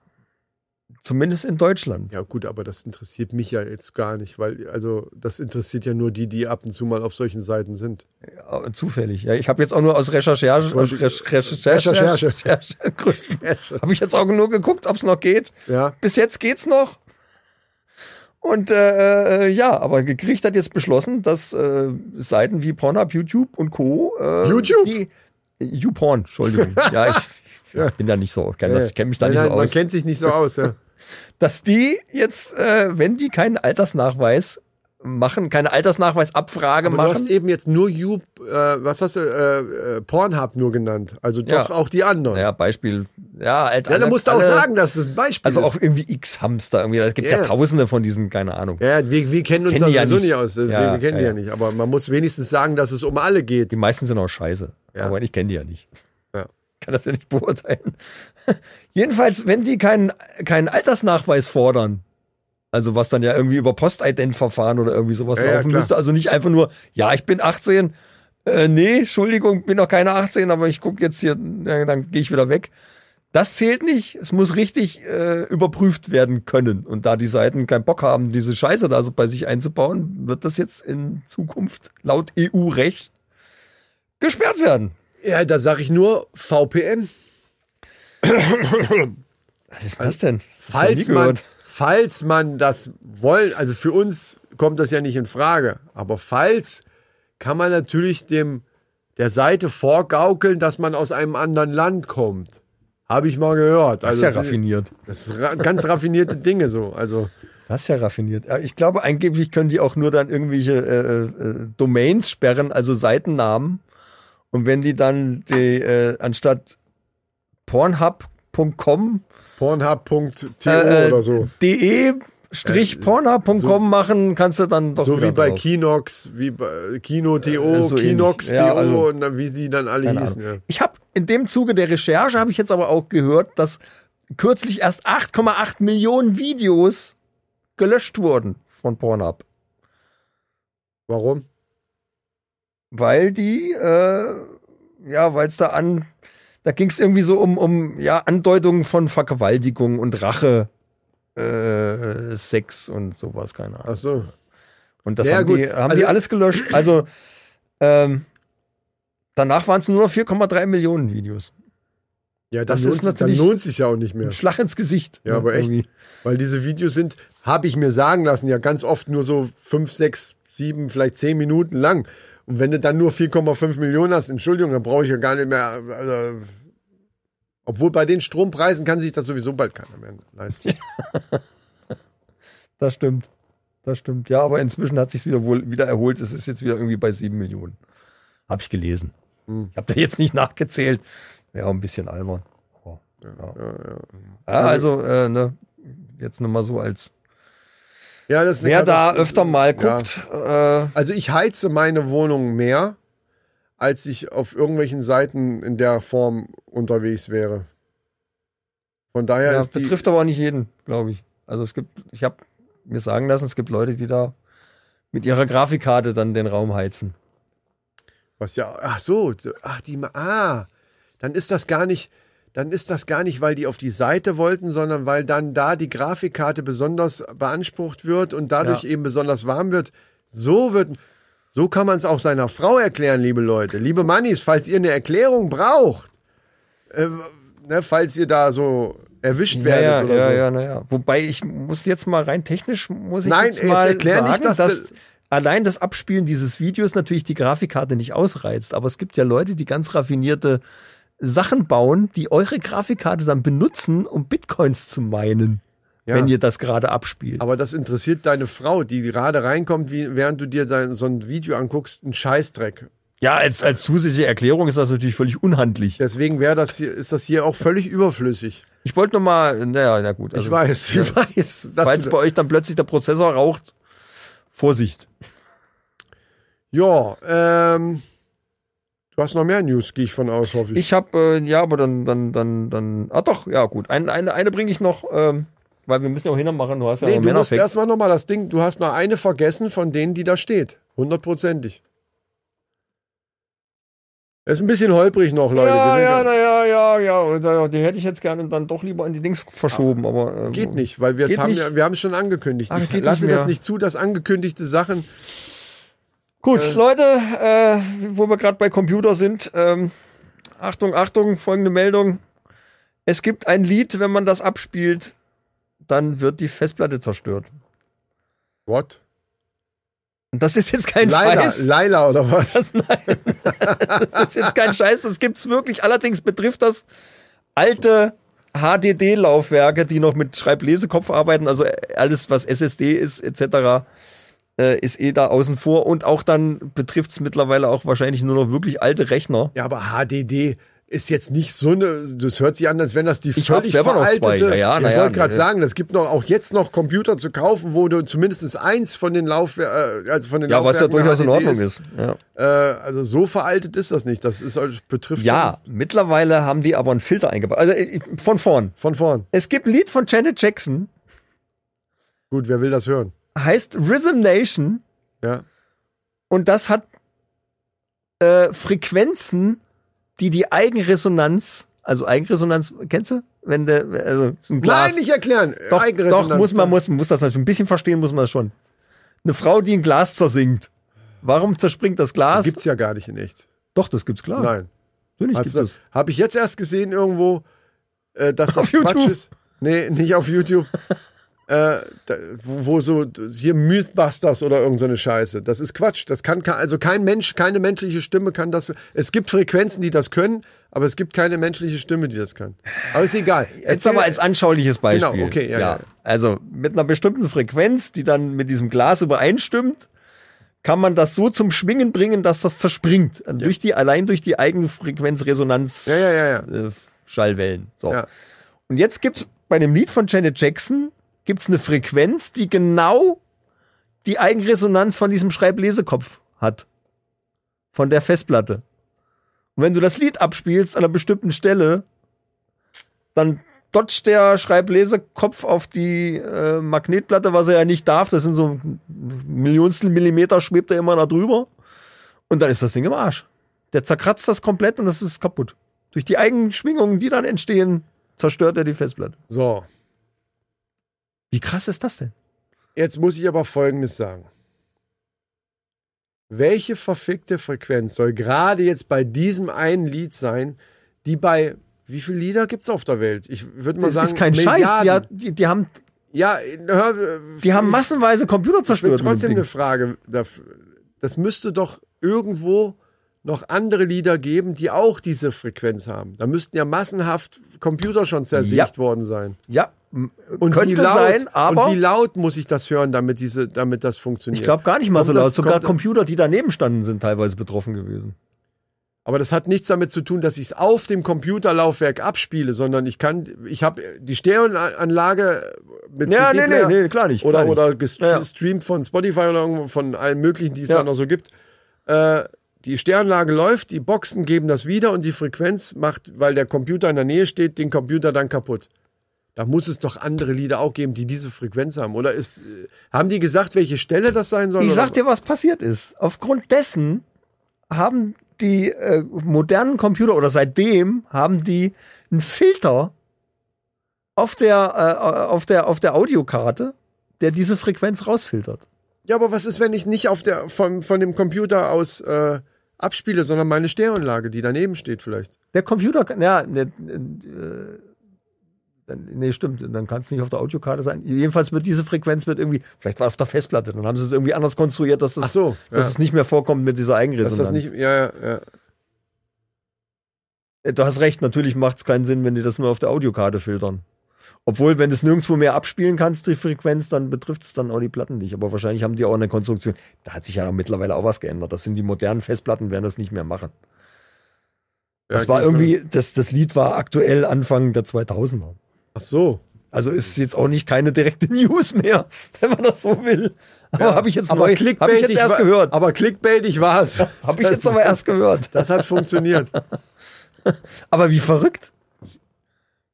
Zumindest in Deutschland. ja gut, aber das interessiert mich ja jetzt gar nicht, weil also das interessiert ja nur die, die ab und zu mal auf solchen Seiten sind. Ja, zufällig. Ja, ich habe jetzt auch nur aus Recherche, aus Recherche, Recherche, Recherche. Recherche habe ich jetzt auch nur geguckt, ob es noch geht. Ja. Bis jetzt geht's noch. Und äh, äh, ja, aber Gericht hat jetzt beschlossen, dass äh, Seiten wie Pornhub, YouTube und Co. Äh, YouTube? Die, YouPorn, Entschuldigung. ja, ich, ich bin da nicht so, kenn das- ich kenne mich da nein, nicht nein, so Man aus. kennt sich nicht so aus, ja. Dass die jetzt, äh, wenn die keinen Altersnachweis machen, keine Altersnachweisabfrage Aber du machen. hast eben jetzt nur You, äh, was hast du, äh, äh, Pornhub nur genannt. Also doch Ja. auch die anderen. Ja, Ja, Beispiel, ja, alt, da alle- musst du auch alle- sagen, dass das ein Beispiel Also ist. auch irgendwie X-Hamster, irgendwie. Es gibt Ja. ja tausende von diesen, keine Ahnung. ja, wir, wir kennen uns Kennen da die ja sowieso nicht. nicht aus. Wir, Ja, wir kennen die ja, ja ja. nicht. Aber man muss wenigstens sagen, dass es um alle geht. Die meisten sind auch scheiße. Ja. Aber ich kenne die ja nicht. Ja. Kann das ja nicht beurteilen. Jedenfalls, wenn die keinen, keinen Altersnachweis fordern, also was dann ja irgendwie über Postident-Verfahren oder irgendwie sowas Ja, ja, laufen klar. müsste, also nicht einfach nur, ja, ich bin 18, äh, nee, Entschuldigung, bin noch keine 18, aber ich gucke jetzt hier, ja, dann gehe ich wieder weg. Das zählt nicht. Es muss richtig äh, überprüft werden können. Und da die Seiten keinen Bock haben, diese Scheiße da so bei sich einzubauen, wird das jetzt in Zukunft laut EU-Recht gesperrt werden. Ja, da sage ich nur VPN. Was ist das denn? Hab ich noch Also, Falls nie man, gehört. falls man das wollen, also für uns kommt das ja nicht in Frage, aber falls kann man natürlich dem der Seite vorgaukeln, dass man aus einem anderen Land kommt. Habe ich mal gehört. Das ist Also ja raffiniert. Das ist ra ganz raffinierte Dinge so. Also Das ist ja raffiniert. Ja, Ich glaube, angeblich können die auch nur dann irgendwelche äh, äh, Domains sperren, also Seitennamen. Und wenn die dann die äh, anstatt pornhub.com pornhub.to äh, oder so. de strich pornhub.com Äh, so- machen, kannst du dann doch So wieder wie bei drauf. Kinox, wie bei Kino.to, Äh, so ähnlich. Kinox.to Ja, also- und dann, wie die dann alle Keine hießen. Ahnung. Ja. Ich habe in dem Zuge der Recherche habe ich jetzt aber auch gehört, dass kürzlich erst 8,8 Millionen Videos gelöscht wurden von Pornhub, Warum? weil die äh, ja, weil es da an da ging es irgendwie so um um ja Andeutungen von Vergewaltigung und Rache. Äh, Sex und sowas, keine Ahnung. Ach so. Und das Ja, haben, gut. die, haben Also- die alles gelöscht. Also ähm, danach waren es nur noch 4,3 Millionen Videos. Ja, dann Das lohnt ist sich- natürlich- dann lohnt sich ja auch nicht mehr. Ein Schlag ins Gesicht. Ja, aber echt. Irgendwie. Weil diese Videos sind, habe ich mir sagen lassen, ja ganz oft nur so fünf, sechs, sieben, vielleicht zehn Minuten lang. Und wenn du dann nur 4,5 Millionen hast, Entschuldigung, dann brauche ich ja gar nicht mehr. Also, obwohl bei den Strompreisen kann sich das sowieso bald keiner mehr leisten. Das stimmt. Das stimmt. Ja, aber inzwischen hat sich wieder wohl wieder erholt. Es ist jetzt wieder irgendwie bei 7 Millionen. Habe ich gelesen. Hm. Ich habe da jetzt nicht nachgezählt. Wäre auch ein bisschen albern. Aber, ja. Ja, also, äh, ne, jetzt nur mal so als. Ja, das ist eine Wer da Katast- öfter mal Ja. guckt, äh, Also ich heize meine Wohnung mehr, als ich auf irgendwelchen Seiten in der Form unterwegs wäre. Von daher Ja, ist die, betrifft aber nicht jeden, glaube ich. Also es gibt, ich habe mir sagen lassen, es gibt Leute, die da mit ihrer Grafikkarte dann den Raum heizen. Was ja, ach so, so- ach die, ah, dann ist das gar nicht, dann ist das gar nicht, weil die auf die Seite wollten, sondern weil dann da die Grafikkarte besonders beansprucht wird und dadurch Ja. eben besonders warm wird. So wird, so kann man es auch seiner Frau erklären, liebe Leute, liebe Mannis, falls ihr eine Erklärung braucht, äh, ne, falls ihr da so erwischt werdet ja, ja, oder ja, so. ja, na ja. Wobei ich muss jetzt mal rein technisch muss ich Nein, jetzt jetzt mal erklär sagen, nicht, dass dass, du- allein das Abspielen dieses Videos natürlich die Grafikkarte nicht ausreizt. Aber es gibt ja Leute, die ganz raffinierte Sachen bauen, die eure Grafikkarte dann benutzen, um Bitcoins zu meinen, Ja. wenn ihr das gerade abspielt. Aber das interessiert deine Frau, die gerade reinkommt, wie, während du dir dein, so ein Video anguckst, ein Scheißdreck. ja, als, als zusätzliche Erklärung ist das natürlich völlig unhandlich. Deswegen wäre das hier, ist das hier auch völlig überflüssig. Ich wollte nur mal, naja, na gut. Also, ich weiß, ich weiß. dass falls du- bei euch dann plötzlich der Prozessor raucht, Vorsicht. ja, ähm, Du hast noch mehr News, gehe ich von aus, hoffe ich. Ich habe, äh, ja, aber dann, dann, dann, dann, ah doch, ja gut. Ein, eine eine bringe ich noch, ähm, weil wir müssen ja auch hinmachen, du hast ja nee, noch du musst Männerfekt. erstmal nochmal das Ding, du hast noch eine vergessen von denen, die da steht. Hundertprozentig. Ist ein bisschen holprig noch, Leute. Wir Ja, sind ja, ganz- na, ja, ja, ja, oder, ja, die hätte ich jetzt gerne dann doch lieber in die Dings verschoben, aber ähm, Geht nicht, weil wir es Geht haben, nicht. ja- wir haben es schon angekündigt. Ach, ich geht lasse nicht mehr. das nicht zu, dass angekündigte Sachen. Gut, Leute, äh, wo wir gerade bei Computer sind, ähm, Achtung, Achtung, folgende Meldung. Es gibt ein Lied, wenn man das abspielt, dann wird die Festplatte zerstört. What? Und das ist jetzt kein Laila, Scheiß. Laila oder was? Das, nein, das ist jetzt kein Scheiß, das gibt's wirklich. Allerdings betrifft das alte HDD-Laufwerke, die noch mit Schreiblesekopf arbeiten, also alles, was SSD ist, etc., äh, ist eh da außen vor. Und auch dann betrifft's mittlerweile auch wahrscheinlich nur noch wirklich alte Rechner. Ja, aber HDD ist jetzt nicht so eine. Das hört sich an, als wenn das die Ich hab völlig selber noch zwei. veraltete. Ja, ja, ich na ja, wollte gerade ne. sagen, es gibt noch auch jetzt noch Computer zu kaufen, wo du zumindest eins von den Laufwerken, äh, also von den Ja, was ja Laufwerken durchaus in HDD Ordnung ist. Ja. Äh, also so veraltet ist das nicht. Das ist also betrifft ja, mittlerweile haben die aber einen Filter eingebaut. Also äh, von vorn. schon von vorn. Es gibt ein Lied von Janet Jackson, Gut, wer will das hören? heißt Rhythm Nation. Ja. Und das hat äh, Frequenzen, die die Eigenresonanz, also Eigenresonanz, kennst du? Wenn de, also so ein Glas. Nein, nicht erklären. doch, Eigenresonanz. doch muss man muss, muss das natürlich ein bisschen verstehen, muss man das schon. Eine Frau, die ein Glas zersinkt. Warum zerspringt das Glas? Gibt's ja gar nicht in echt. doch, das gibt's klar. Nein. Natürlich gibt es. Habe Also, ich jetzt erst gesehen irgendwo, äh, dass das Auf YouTube? Quatsch ist. Nee, nicht auf YouTube. äh, da, wo, wo so hier Mythbusters oder irgend so eine Scheiße. Das ist Quatsch. Das kann ke- also kein Mensch, keine menschliche Stimme kann das. Es gibt Frequenzen, die das können, aber es gibt keine menschliche Stimme, die das kann. Aber ist egal. Jetzt aber als anschauliches Beispiel. Genau, okay, ja, ja. Also mit einer bestimmten Frequenz, die dann mit diesem Glas übereinstimmt, kann man das so zum Schwingen bringen, dass das zerspringt. Also Durch die, allein durch die eigene Frequenzresonanz Ja, ja, ja, Äh, Schallwellen. So. Ja. Und jetzt gibt's bei dem Lied von Janet Jackson gibt's eine Frequenz, die genau die Eigenresonanz von diesem Schreiblesekopf hat. Von der Festplatte. Und wenn du das Lied abspielst an einer bestimmten Stelle, dann dodgt der Schreiblesekopf auf die äh, Magnetplatte, was er ja nicht darf. Das sind so ein Millionstel Millimeter, schwebt er immer da drüber. Und dann ist das Ding im Arsch. Der zerkratzt das komplett und das ist kaputt. Durch die eigenen Schwingungen, die dann entstehen, zerstört er die Festplatte. So, Wie krass ist das denn? jetzt muss ich aber Folgendes sagen. Welche verfickte Frequenz soll gerade jetzt bei diesem einen Lied sein, die bei wie viele Lieder gibt's auf der Welt? Ich würde mal Das sagen, ist kein Scheiß. Die, hat- die, die, haben, Ja, hör, die haben massenweise Computer ich bin zerstört. mit dem trotzdem Ding. eine Frage. dafür. Das müsste doch irgendwo noch andere Lieder geben, die auch diese Frequenz haben. Da müssten ja massenhaft Computer schon zersägt Ja. worden sein. ja, m- Und könnte wie laut, sein, aber und wie laut muss ich das hören, damit diese, damit das funktioniert? ich glaube gar nicht mal so Kommt das- laut. Sogar kommt das- Computer, die daneben standen, sind teilweise betroffen gewesen. Aber das hat nichts damit zu tun, dass ich es auf dem Computerlaufwerk abspiele, sondern ich kann, ich habe die Stereoanlage mit Ja, nee, CD-Player nee, nee, klar nicht, Oder, klar nicht. oder gestreamt Ja, ja. von Spotify oder irgendwo von allen möglichen, die es Ja. da noch so gibt. Äh, die Stereoanlage läuft, die Boxen geben das wieder und die Frequenz macht, weil der Computer in der Nähe steht, den Computer dann kaputt. Da muss es doch andere Lieder auch geben, die diese Frequenz haben. Oder ist, äh, haben die gesagt, welche Stelle das sein soll? Ich oder sag dir, was passiert ist. Aufgrund dessen haben die äh, modernen Computer oder seitdem haben die einen Filter auf der, äh, auf der, auf der Audiokarte, der diese Frequenz rausfiltert. Ja, aber was ist, wenn ich nicht auf der, von, von dem Computer aus äh, abspiele, sondern meine Stereoanlage, die daneben steht vielleicht? Der Computer kann, ja, ne, äh, dann- nee, stimmt, dann kann es nicht auf der Audiokarte sein. Jedenfalls wird diese Frequenz wird irgendwie, vielleicht war auf der Festplatte, dann haben sie es irgendwie anders konstruiert, dass, das, Ach so, ja. dass es nicht mehr vorkommt mit dieser Dass Eigenresonanz. das nicht, ja, ja, ja. Äh, Du hast recht, natürlich macht es keinen Sinn, wenn die das nur auf der Audiokarte filtern. Obwohl, wenn du es nirgendwo mehr abspielen kannst, die Frequenz, dann betrifft es dann auch die Platten nicht. Aber wahrscheinlich haben die auch eine Konstruktion. Da hat sich ja mittlerweile auch was geändert. Das sind die modernen Festplatten, werden das nicht mehr machen. ja das war geht irgendwie, das, das Lied war aktuell Anfang der 2000er. schon. Ach so. Also ist jetzt auch nicht keine direkte News mehr, wenn man das so will. Aber habe ich jetzt aber neu, habe ich clickbaitig jetzt erst war- gehört. Aber clickbaitig war es. Habe ich jetzt aber erst gehört. Das hat funktioniert. Aber wie verrückt.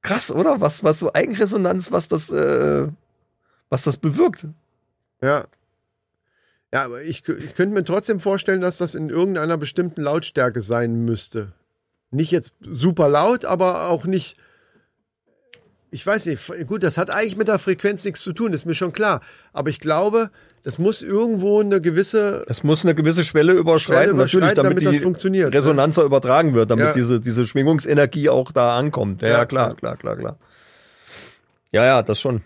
Krass, oder? Was, was so Eigenresonanz, was das, äh, was das bewirkt. Ja. Ja, aber ich, kö- ich könnte mir trotzdem vorstellen, dass das in irgendeiner bestimmten Lautstärke sein müsste. Nicht jetzt super laut, aber auch nicht. Ich weiß nicht, f- gut, das hat eigentlich mit der Frequenz nichts zu tun, ist mir schon klar. Aber ich glaube, das muss irgendwo eine gewisse. Es muss eine gewisse Schwelle überschreiten, Schwelle überschreiten, natürlich, damit, damit das die funktioniert, ne? Resonanz auch übertragen wird, damit Ja. diese, diese Schwingungsenergie auch da ankommt. Ja, Ja. ja, klar, klar, klar, klar. Ja, ja, das schon.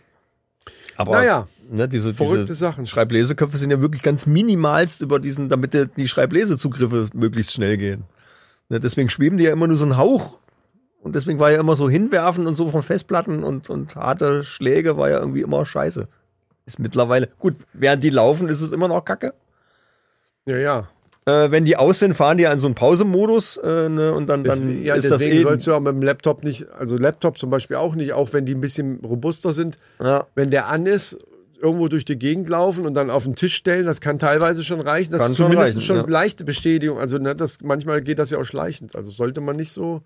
Aber Naja. ne, diese, Verrückte diese Sachen. Schreibleseköpfe sind ja wirklich ganz minimalst über diesen, damit der- die Schreiblesezugriffe möglichst schnell gehen. Ne, deswegen schweben die ja immer nur so ein Hauch. Und deswegen war ja immer so hinwerfen und so von Festplatten und, und harte Schläge war ja irgendwie immer scheiße. Ist mittlerweile, gut, während die laufen, ist es immer noch kacke Ja, ja. äh, wenn die aus sind, fahren die ja in so einen Pausemodus äh, ne, und dann, dann Deswegen, ja, ist das deswegen eh. sollst du auch mit dem Laptop nicht, also Laptop zum Beispiel auch nicht, auch wenn die ein bisschen robuster sind. Ja. Wenn der an ist, irgendwo durch die Gegend laufen und dann auf den Tisch stellen, das kann teilweise schon reichen. Das Kann ist schon zumindest reichen, schon ja. leichte Bestätigung. Also ne, das, manchmal geht das ja auch schleichend. Also sollte man nicht so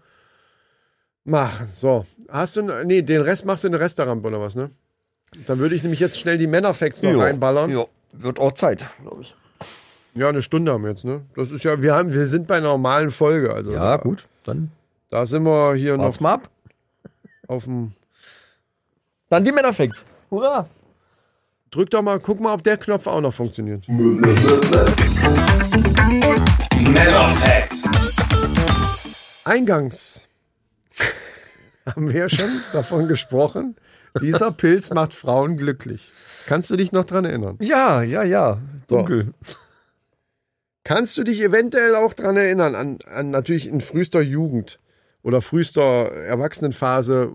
machen. So, hast du, ne, nee, den Rest machst du in der Restaurant oder was, ne? Dann würde ich nämlich jetzt schnell die Männerfacts noch Jo, reinballern. jo, wird auch Zeit, glaube ich. Ja, eine Stunde haben wir jetzt, ne? Das ist ja, wir haben, wir sind bei einer normalen Folge. Also Ja, da, gut, dann da sind wir hier noch wart's mal ab. auf dem Dann die Männerfacts. Hurra! Drück doch mal, guck mal, ob der Knopf auch noch funktioniert. Eingangs haben wir ja schon davon gesprochen. Dieser Pilz macht Frauen glücklich. Kannst du dich noch dran erinnern? Ja, ja, ja. So. Dunkel. Kannst du dich eventuell auch dran erinnern, an, an natürlich in frühester Jugend oder frühester Erwachsenenphase,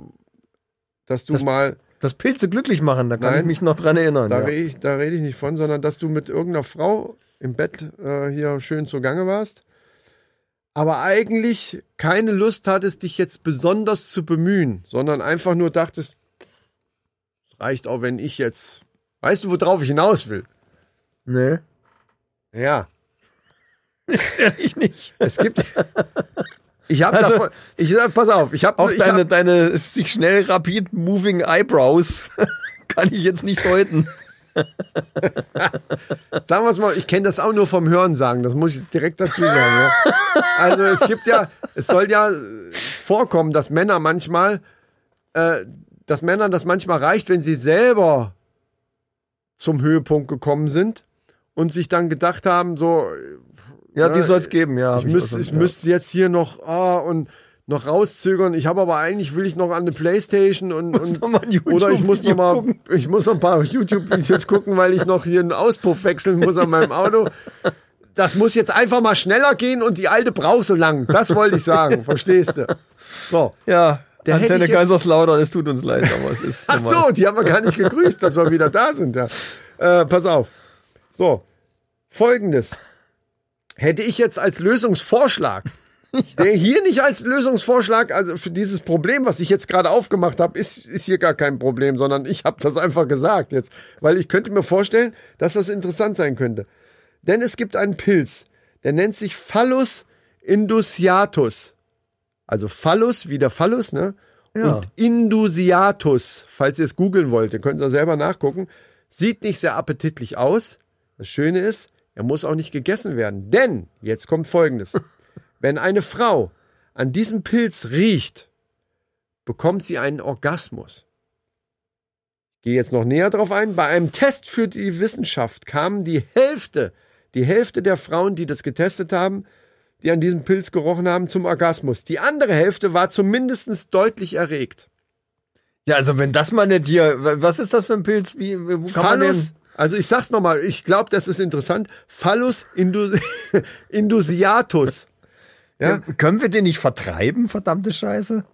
dass du mal, Das Pilze glücklich machen, da kann Nein. ich mich noch dran erinnern. da, ja. rede ich, da rede ich nicht von, sondern dass du mit irgendeiner Frau im Bett äh, hier schön zugange warst, aber eigentlich keine Lust hattest, dich jetzt besonders zu bemühen, sondern einfach nur dachtest, reicht auch, wenn ich jetzt, weißt du, worauf ich hinaus will? Nee. Ja. Ehrlich nicht. Es gibt. Ich habe davon. Ich sag, pass auf, ich habe. Auch Ich deine, hab, deine sich schnell rapid moving eyebrows kann ich jetzt nicht deuten. sagen wir es mal, ich kenne das auch nur vom Hören sagen. Das muss ich direkt dazu sagen. Ja. Also es gibt ja, es soll ja äh, vorkommen, dass Männer manchmal, äh, dass Männern das manchmal reicht, wenn sie selber zum Höhepunkt gekommen sind und sich dann gedacht haben, so Ja, die Ja, soll's geben, ja. hab ich müsste, auch ich schon- müsste jetzt hier noch ah, und noch rauszögern. Ich habe aber eigentlich will ich noch an eine Playstation und, und noch mal ein oder ich muss noch YouTube-Video mal gucken. ich muss noch ein paar YouTube-Videos gucken, weil ich noch hier einen Auspuff wechseln muss an meinem Auto. Das muss jetzt einfach mal schneller gehen und die alte braucht so lang. Das wollte ich sagen, verstehst du? So. Ja, Da hätte Antenne ich jetzt- Kaiserslautern, es tut uns leid, aber es ist. Ach so, die haben wir gar nicht gegrüßt, dass wir wieder da sind. Ja. Äh, pass auf. So, folgendes. Hätte ich jetzt als Lösungsvorschlag, der hier nicht als Lösungsvorschlag, also für dieses Problem, was ich jetzt gerade aufgemacht habe, ist, ist hier gar kein Problem, sondern ich habe das einfach gesagt jetzt, weil ich könnte mir vorstellen, dass das interessant sein könnte. Denn es gibt einen Pilz, der nennt sich Phallus indusiatus. Also Phallus wie der Phallus, ne? Und Indusiatus, falls ihr es googeln wollt, ihr könnt es ja selber nachgucken. Sieht nicht sehr appetitlich aus. Das Schöne ist, er muss auch nicht gegessen werden. Denn, jetzt kommt folgendes. Wenn eine Frau an diesem Pilz riecht, bekommt sie einen Orgasmus. Gehe jetzt noch näher drauf ein. Bei einem Test für die Wissenschaft kamen die Hälfte, die Hälfte der Frauen, die das getestet haben, die an diesem Pilz gerochen haben, zum Orgasmus. Die andere Hälfte war zumindest deutlich erregt. Ja, also wenn das mal nicht hier, was ist das für ein Pilz? Wie, wo kann man Phallus, den? also ich sag's nochmal, ich glaube, das ist interessant. Phallus indu indusiatus. Ja? Können wir den nicht vertreiben, verdammte Scheiße?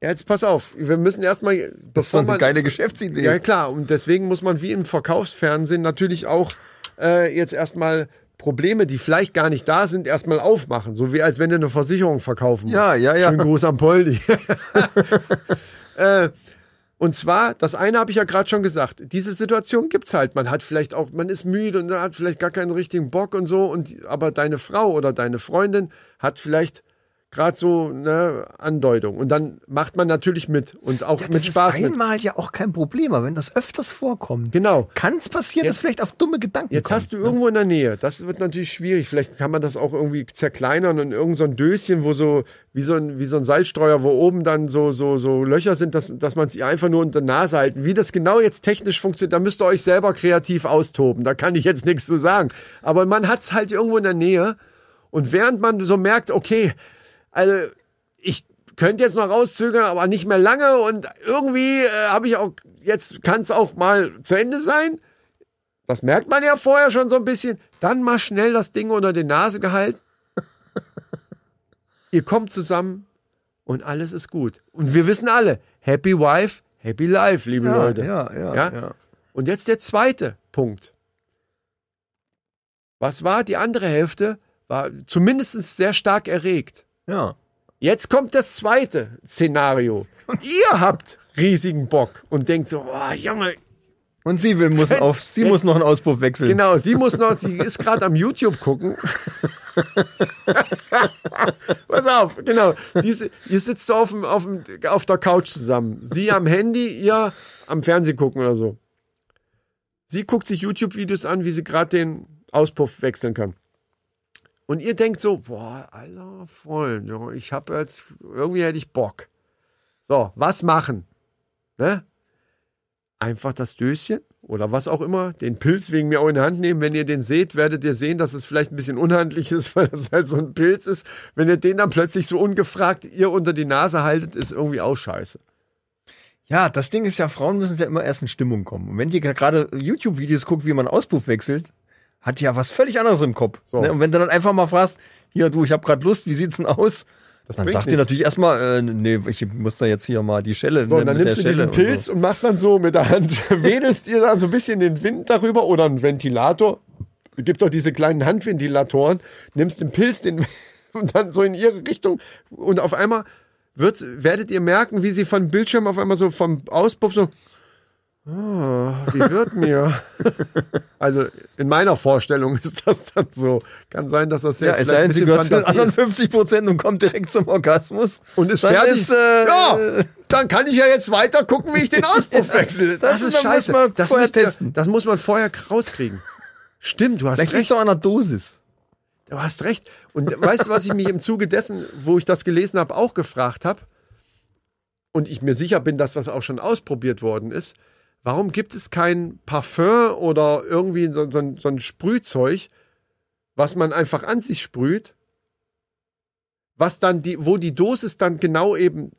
ja, jetzt pass auf, wir müssen erstmal, Das ist doch bevor eine man. geile Geschäftsidee. Ja, klar. Und deswegen muss man wie im Verkaufsfernsehen natürlich auch äh, jetzt erstmal Probleme, die vielleicht gar nicht da sind, erstmal aufmachen. So wie als wenn du eine Versicherung verkaufen musst. Ja, ja, ja. Schönen Gruß am Poldi. äh, Und zwar, das eine habe ich ja gerade schon gesagt, diese Situation gibt's halt. Man hat vielleicht auch, man ist müde und hat vielleicht gar keinen richtigen Bock und so. Und aber deine Frau oder deine Freundin hat vielleicht gerade so eine Andeutung. Und dann macht man natürlich mit und auch mit Spaß ist mit. einmal ja auch kein Problem, aber wenn das öfters vorkommt, Genau. kann es passieren, dass vielleicht auf dumme Gedanken Jetzt hast du irgendwo in der Nähe, das wird natürlich schwierig. Vielleicht kann man das auch irgendwie zerkleinern und irgend so ein Döschen, wo so wie so ein wie so ein Salzstreuer, wo oben dann so so so Löcher sind, dass dass man es einfach nur unter der Nase halten. Wie das genau jetzt technisch funktioniert, da müsst ihr euch selber kreativ austoben. Da kann ich jetzt nichts zu sagen. Aber man hat's halt irgendwo in der Nähe und während man so merkt, okay, also ich könnte jetzt noch rauszögern, aber nicht mehr lange und irgendwie äh, habe ich auch jetzt kann es auch mal zu Ende sein. Das merkt man ja vorher schon so ein bisschen. Dann mal schnell das Ding unter die Nase gehalten. Ihr kommt zusammen und alles ist gut. Und wir wissen alle, happy wife, happy life, liebe Leute. Ja, ja, Ja? ja. Und jetzt der zweite Punkt. Was war? Die andere Hälfte war zumindest sehr stark erregt. ja. Jetzt kommt das zweite Szenario. Ihr habt riesigen Bock und denkt so, oh, Junge, Und sie will, muss, auf, sie muss noch einen Auspuff wechseln. Genau, sie muss noch, sie ist gerade am YouTube gucken. Pass auf, genau. Die, ist- ihr sitzt so auf, dem, auf, dem, auf der Couch zusammen. Sie am Handy, ihr am Fernsehen gucken oder so. Sie guckt sich YouTube-Videos an, wie sie gerade den Auspuff wechseln kann. Und ihr denkt so, boah, alter Freund, ja, ich habe jetzt, irgendwie hätte ich Bock. So, was machen? Ne? einfach das Döschen oder was auch immer, den Pilz wegen mir auch in die Hand nehmen. Wenn ihr den seht, werdet ihr sehen, dass es vielleicht ein bisschen unhandlich ist, weil das halt so ein Pilz ist. Wenn ihr den dann plötzlich so ungefragt ihr unter die Nase haltet, ist irgendwie auch scheiße. Ja, das Ding ist ja, Frauen müssen ja immer erst in Stimmung kommen. Und wenn die gerade YouTube-Videos guckt, wie man Auspuff wechselt, hat die ja was völlig anderes im Kopf. So. Ne? Und wenn du dann einfach mal fragst, hier du, ich habe gerade Lust, wie sieht's denn aus? dann bringt sagt die nichts. natürlich erstmal, äh, nee, ich muss da jetzt hier mal die Schelle. ne, So, und dann mit der nimmst du diesen Schelle und Pilz So. und, machst dann so mit der Hand, wedelst dir da so ein bisschen den Wind darüber oder einen Ventilator. Es gibt doch diese kleinen Handventilatoren, nimmst den Pilz den und dann so in ihre Richtung und auf einmal wird, werdet ihr merken, wie sie vom Bildschirm auf einmal so vom Auspuff so, oh, wie wird mir? also in meiner Vorstellung ist das dann so. Kann sein, dass das Ja, jetzt es sei vielleicht ein denn, sie bisschen gehört zu den Fantasie anderen ist. 50 Prozent und kommt direkt zum Orgasmus. Und ist Dann fertig. Ist, äh, ja, dann kann ich ja jetzt weiter gucken, wie ich den Auspuff wechsle. das ist- da muss man das, vorher müsst ihr- testen. das muss man vorher rauskriegen. Stimmt, du hast Vielleicht liegt recht. es auch an der Dosis. Du hast recht. Und weißt du, was ich mich im Zuge dessen, wo ich das gelesen habe, auch gefragt habe? Und ich mir sicher bin, dass das auch schon ausprobiert worden ist. Warum gibt es kein Parfum oder irgendwie so, so, so ein Sprühzeug, was man einfach an sich sprüht, was dann die, wo die Dosis dann genau eben,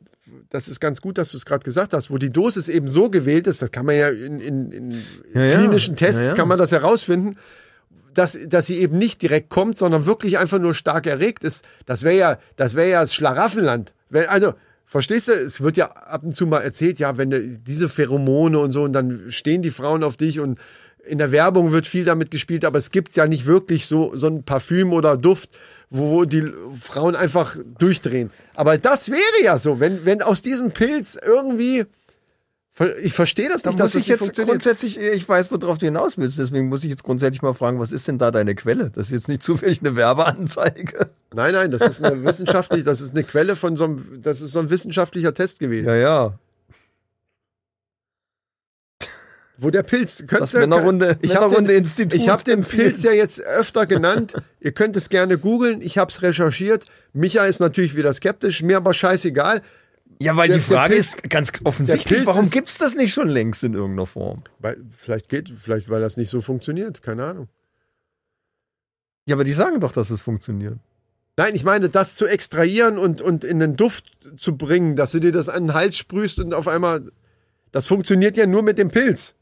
das ist ganz gut, dass du es gerade gesagt hast, wo die Dosis eben so gewählt ist, das kann man ja in, in, in Ja, ja. klinischen Tests, Ja, ja. kann man das herausfinden, dass, dass sie eben nicht direkt kommt, sondern wirklich einfach nur stark erregt ist. Das wäre ja, das wäre ja das Schlaraffenland. Wenn, also, verstehst du, es wird ja ab und zu mal erzählt, ja, wenn du diese Pheromone und so, und dann stehen die Frauen auf dich und in der Werbung wird viel damit gespielt, aber es gibt ja nicht wirklich so, so ein Parfüm oder Duft, wo wo die Frauen einfach durchdrehen. Aber das wäre ja so, wenn, wenn aus diesem Pilz irgendwie, ich verstehe das Da nicht, dass muss das ich nicht jetzt funktioniert. grundsätzlich, äh, ich weiß, worauf du hinaus willst, deswegen muss ich jetzt grundsätzlich mal fragen, was ist denn da deine Quelle? Das ist jetzt nicht zufällig eine Werbeanzeige. Nein, nein, das ist eine wissenschaftliche, das ist eine Quelle von so einem, das ist so ein wissenschaftlicher Test gewesen, Ja, ja. wo der Pilz, Das könntest du- Männerrunde, ich habe Männerrunde den, Institut. ich hab den empfiehlt. Pilz ja jetzt öfter genannt, ihr könnt es gerne googeln, ich habe es recherchiert, Micha ist natürlich wieder skeptisch, mir aber scheißegal, Ja, weil der- die Frage der Pilz- ist ganz der offensichtlich, Pilz warum ist- gibt's das nicht schon längst in irgendeiner Form? weil, vielleicht geht, vielleicht weil das nicht so funktioniert, keine Ahnung. Ja, aber die sagen doch, dass es funktioniert. Nein, ich meine, das zu extrahieren und, und in den Duft zu bringen, dass du dir das an den Hals sprühst und auf einmal, das funktioniert ja nur mit dem Pilz.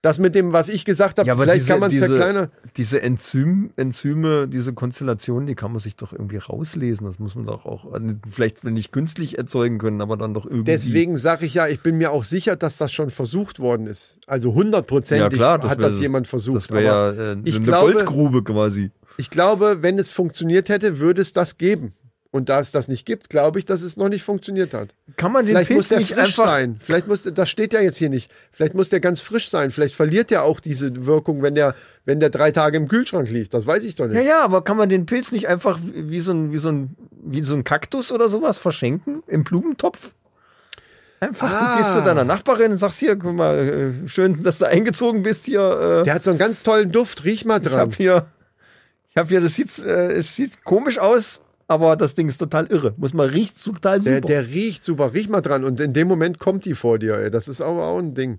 Das mit dem, was ich gesagt habe, Ja, aber vielleicht diese, kann man es ja diese, kleiner. diese Enzym, Enzyme, diese Konstellationen, die kann man sich doch irgendwie rauslesen. Das muss man doch auch, äh, vielleicht nicht künstlich erzeugen können, aber dann doch irgendwie. Deswegen sage ich ja, ich bin mir auch sicher, dass das schon versucht worden ist. Also ja, hundertprozentig klar, hat wär- das jemand versucht. Das wäre ja aber äh, ich eine glaube- Goldgrube quasi. ich glaube, wenn es funktioniert hätte, würde es das geben. Und da es das nicht gibt, glaube ich, dass es noch nicht funktioniert hat. Kann man den Vielleicht Pilz muss der nicht frisch einfach. sein. Vielleicht muss, das steht ja jetzt hier nicht. Vielleicht muss der ganz frisch sein. Vielleicht verliert der auch diese Wirkung, wenn der, wenn der drei Tage im Kühlschrank liegt. Das weiß ich doch nicht. Ja, ja, aber kann man den Pilz nicht einfach wie wie so ein, wie so ein, wie so ein Kaktus oder sowas verschenken im Blumentopf? Einfach, Ah. du gehst zu deiner Nachbarin und sagst hier, guck mal, äh, schön, dass du eingezogen bist hier. Äh, Der hat so einen ganz tollen Duft. Riech mal ich dran. hab hier, ich hab hier, das sieht, äh, es sieht komisch aus, aber das Ding ist total irre. Muss man riecht total super. Der, der riecht super, riech mal dran. Und in dem Moment kommt die vor dir. Ey. Das ist aber auch ein Ding.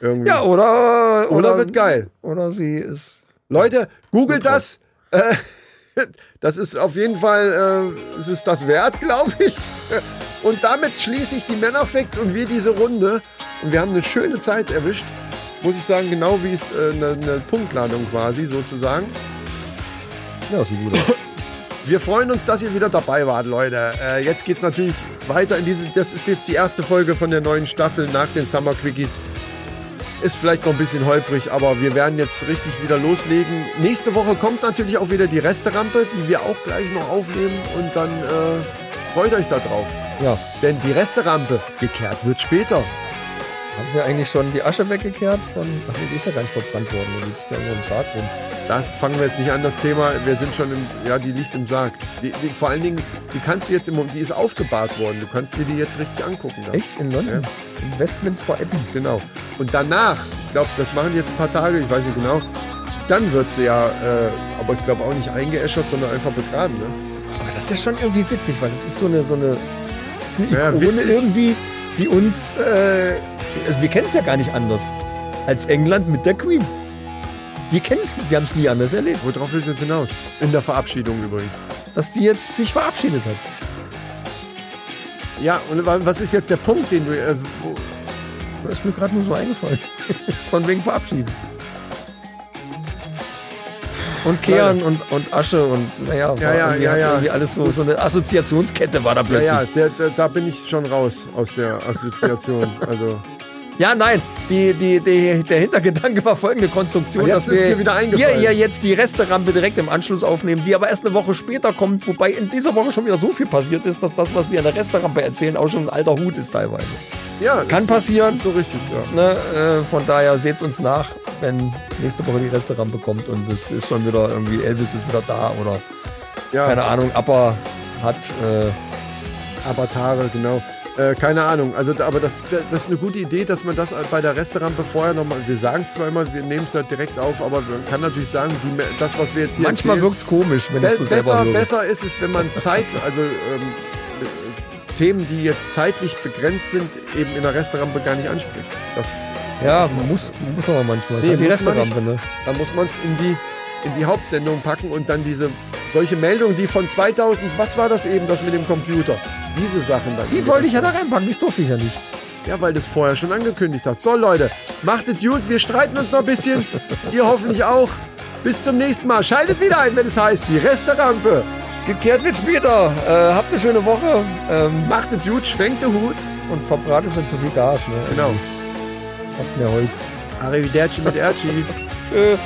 Irgendwie. ja, oder, oder, Oder wird geil. Oder sie ist. Leute, googelt das. Äh, das ist auf jeden Fall, äh, es ist das wert, glaube ich. Und damit schließe ich die Männerfacts und wir diese Runde. Und wir haben eine schöne Zeit erwischt. Muss ich sagen, genau wie es äh, eine, eine Punktladung quasi sozusagen. Ja, sieht gut aus. Wir freuen uns, dass ihr wieder dabei wart, Leute. Äh, jetzt geht's natürlich weiter in diese. Das ist jetzt die erste Folge von der neuen Staffel nach den Summer Quickies. Ist vielleicht noch ein bisschen holprig, aber wir werden jetzt richtig wieder loslegen. Nächste Woche kommt natürlich auch wieder die Resterampe, die wir auch gleich noch aufnehmen. Und dann äh, freut euch da drauf. ja. Denn die Resterampe gekehrt wird später. Haben wir eigentlich schon die Asche weggekehrt von. Ach nee, die ist ja gar nicht verbrannt worden, die liegt ja nur im Sarg rum. Das fangen wir jetzt nicht an, das Thema. Wir sind schon im. Ja, die liegt im Sarg. Die, die, vor allen Dingen, die kannst du jetzt im Moment. Die ist aufgebahrt worden. Du kannst dir die jetzt richtig angucken. Dann. Echt? In London? In Westminster Abbey. Genau. Und danach, ich glaube, das machen die jetzt ein paar Tage, ich weiß nicht genau, dann wird sie ja, äh, aber ich glaube auch nicht eingeäschert, sondern einfach begraben. Ne? Aber das ist ja schon irgendwie witzig, weil das ist so eine, so eine, das ist eine Ja, Ikone witzig. irgendwie, die uns, äh, also wir kennen es ja gar nicht anders als England mit der Queen. Wir kennen es, wir haben es nie anders erlebt, Worauf willst du jetzt hinaus? In der Verabschiedung übrigens. dass die jetzt sich verabschiedet hat. Ja, und wa- was ist jetzt der Punkt, den du. Also, wo, Das ist mir gerade nur so eingefallen. Von wegen verabschieden. Und Kehren und, und Asche und naja, war Ja, ja, irgendwie, ja, hat ja. irgendwie alles so, so eine Assoziationskette war da ja, plötzlich. ja, der, der, da bin ich schon raus aus der Assoziation. also. Ja, nein, die, die, die, der Hintergedanke war folgende Konstruktion, Ah, jetzt dass ist wir dir wieder eingefallen. hier jetzt die Resterampe direkt im Anschluss aufnehmen, die aber erst eine Woche später kommt, wobei in dieser Woche schon wieder so viel passiert ist, dass das, was wir an der Resterampe erzählen, auch schon ein alter Hut ist teilweise. Ja, Kann ist- passieren. Ist so richtig, ja. Ne? Äh, von daher seht's uns nach, wenn nächste Woche die Resterampe kommt und es ist schon wieder irgendwie, Elvis ist wieder da oder ja. keine Ahnung, Appa hat, äh, Avatare, genau. Äh, keine Ahnung. Also, da- aber das, da- das ist eine gute Idee, dass man das bei der Resterampe vorher nochmal. Wir sagen es zwar immer, wir nehmen es halt direkt auf, aber man kann natürlich sagen, die, Me- das, was wir jetzt hier. manchmal erzählen, wirkt's komisch, wenn ich so be selber besser, höre. besser ist es, wenn man Zeit, also ähm, äh, Themen, die jetzt zeitlich begrenzt sind, eben in der Resterampe gar nicht anspricht. Das, Ja, muss, muss aber manchmal. Nee, Nee, die muss man Resterampe, ne? da muss man es in die, in die Hauptsendung packen und dann diese solche Meldungen, die von 2000, was war das eben, das mit dem Computer? Diese Sachen dann. Die wollte ich ja da reinpacken, das durfte ich ja nicht. Ja, weil du es vorher schon angekündigt hast. So, Leute, macht es gut. Wir streiten uns noch ein bisschen. Ihr hoffentlich auch. Bis zum nächsten Mal. Schaltet wieder ein, wenn es heißt, die Resterampe. Gekehrt wird später. Äh, habt eine schöne Woche ähm, Macht es gut, schwenkt den Hut. und verbratet mit zu viel Gas. Ne? Genau. Habt mehr Holz. Arrivederci mit Erci. Äh,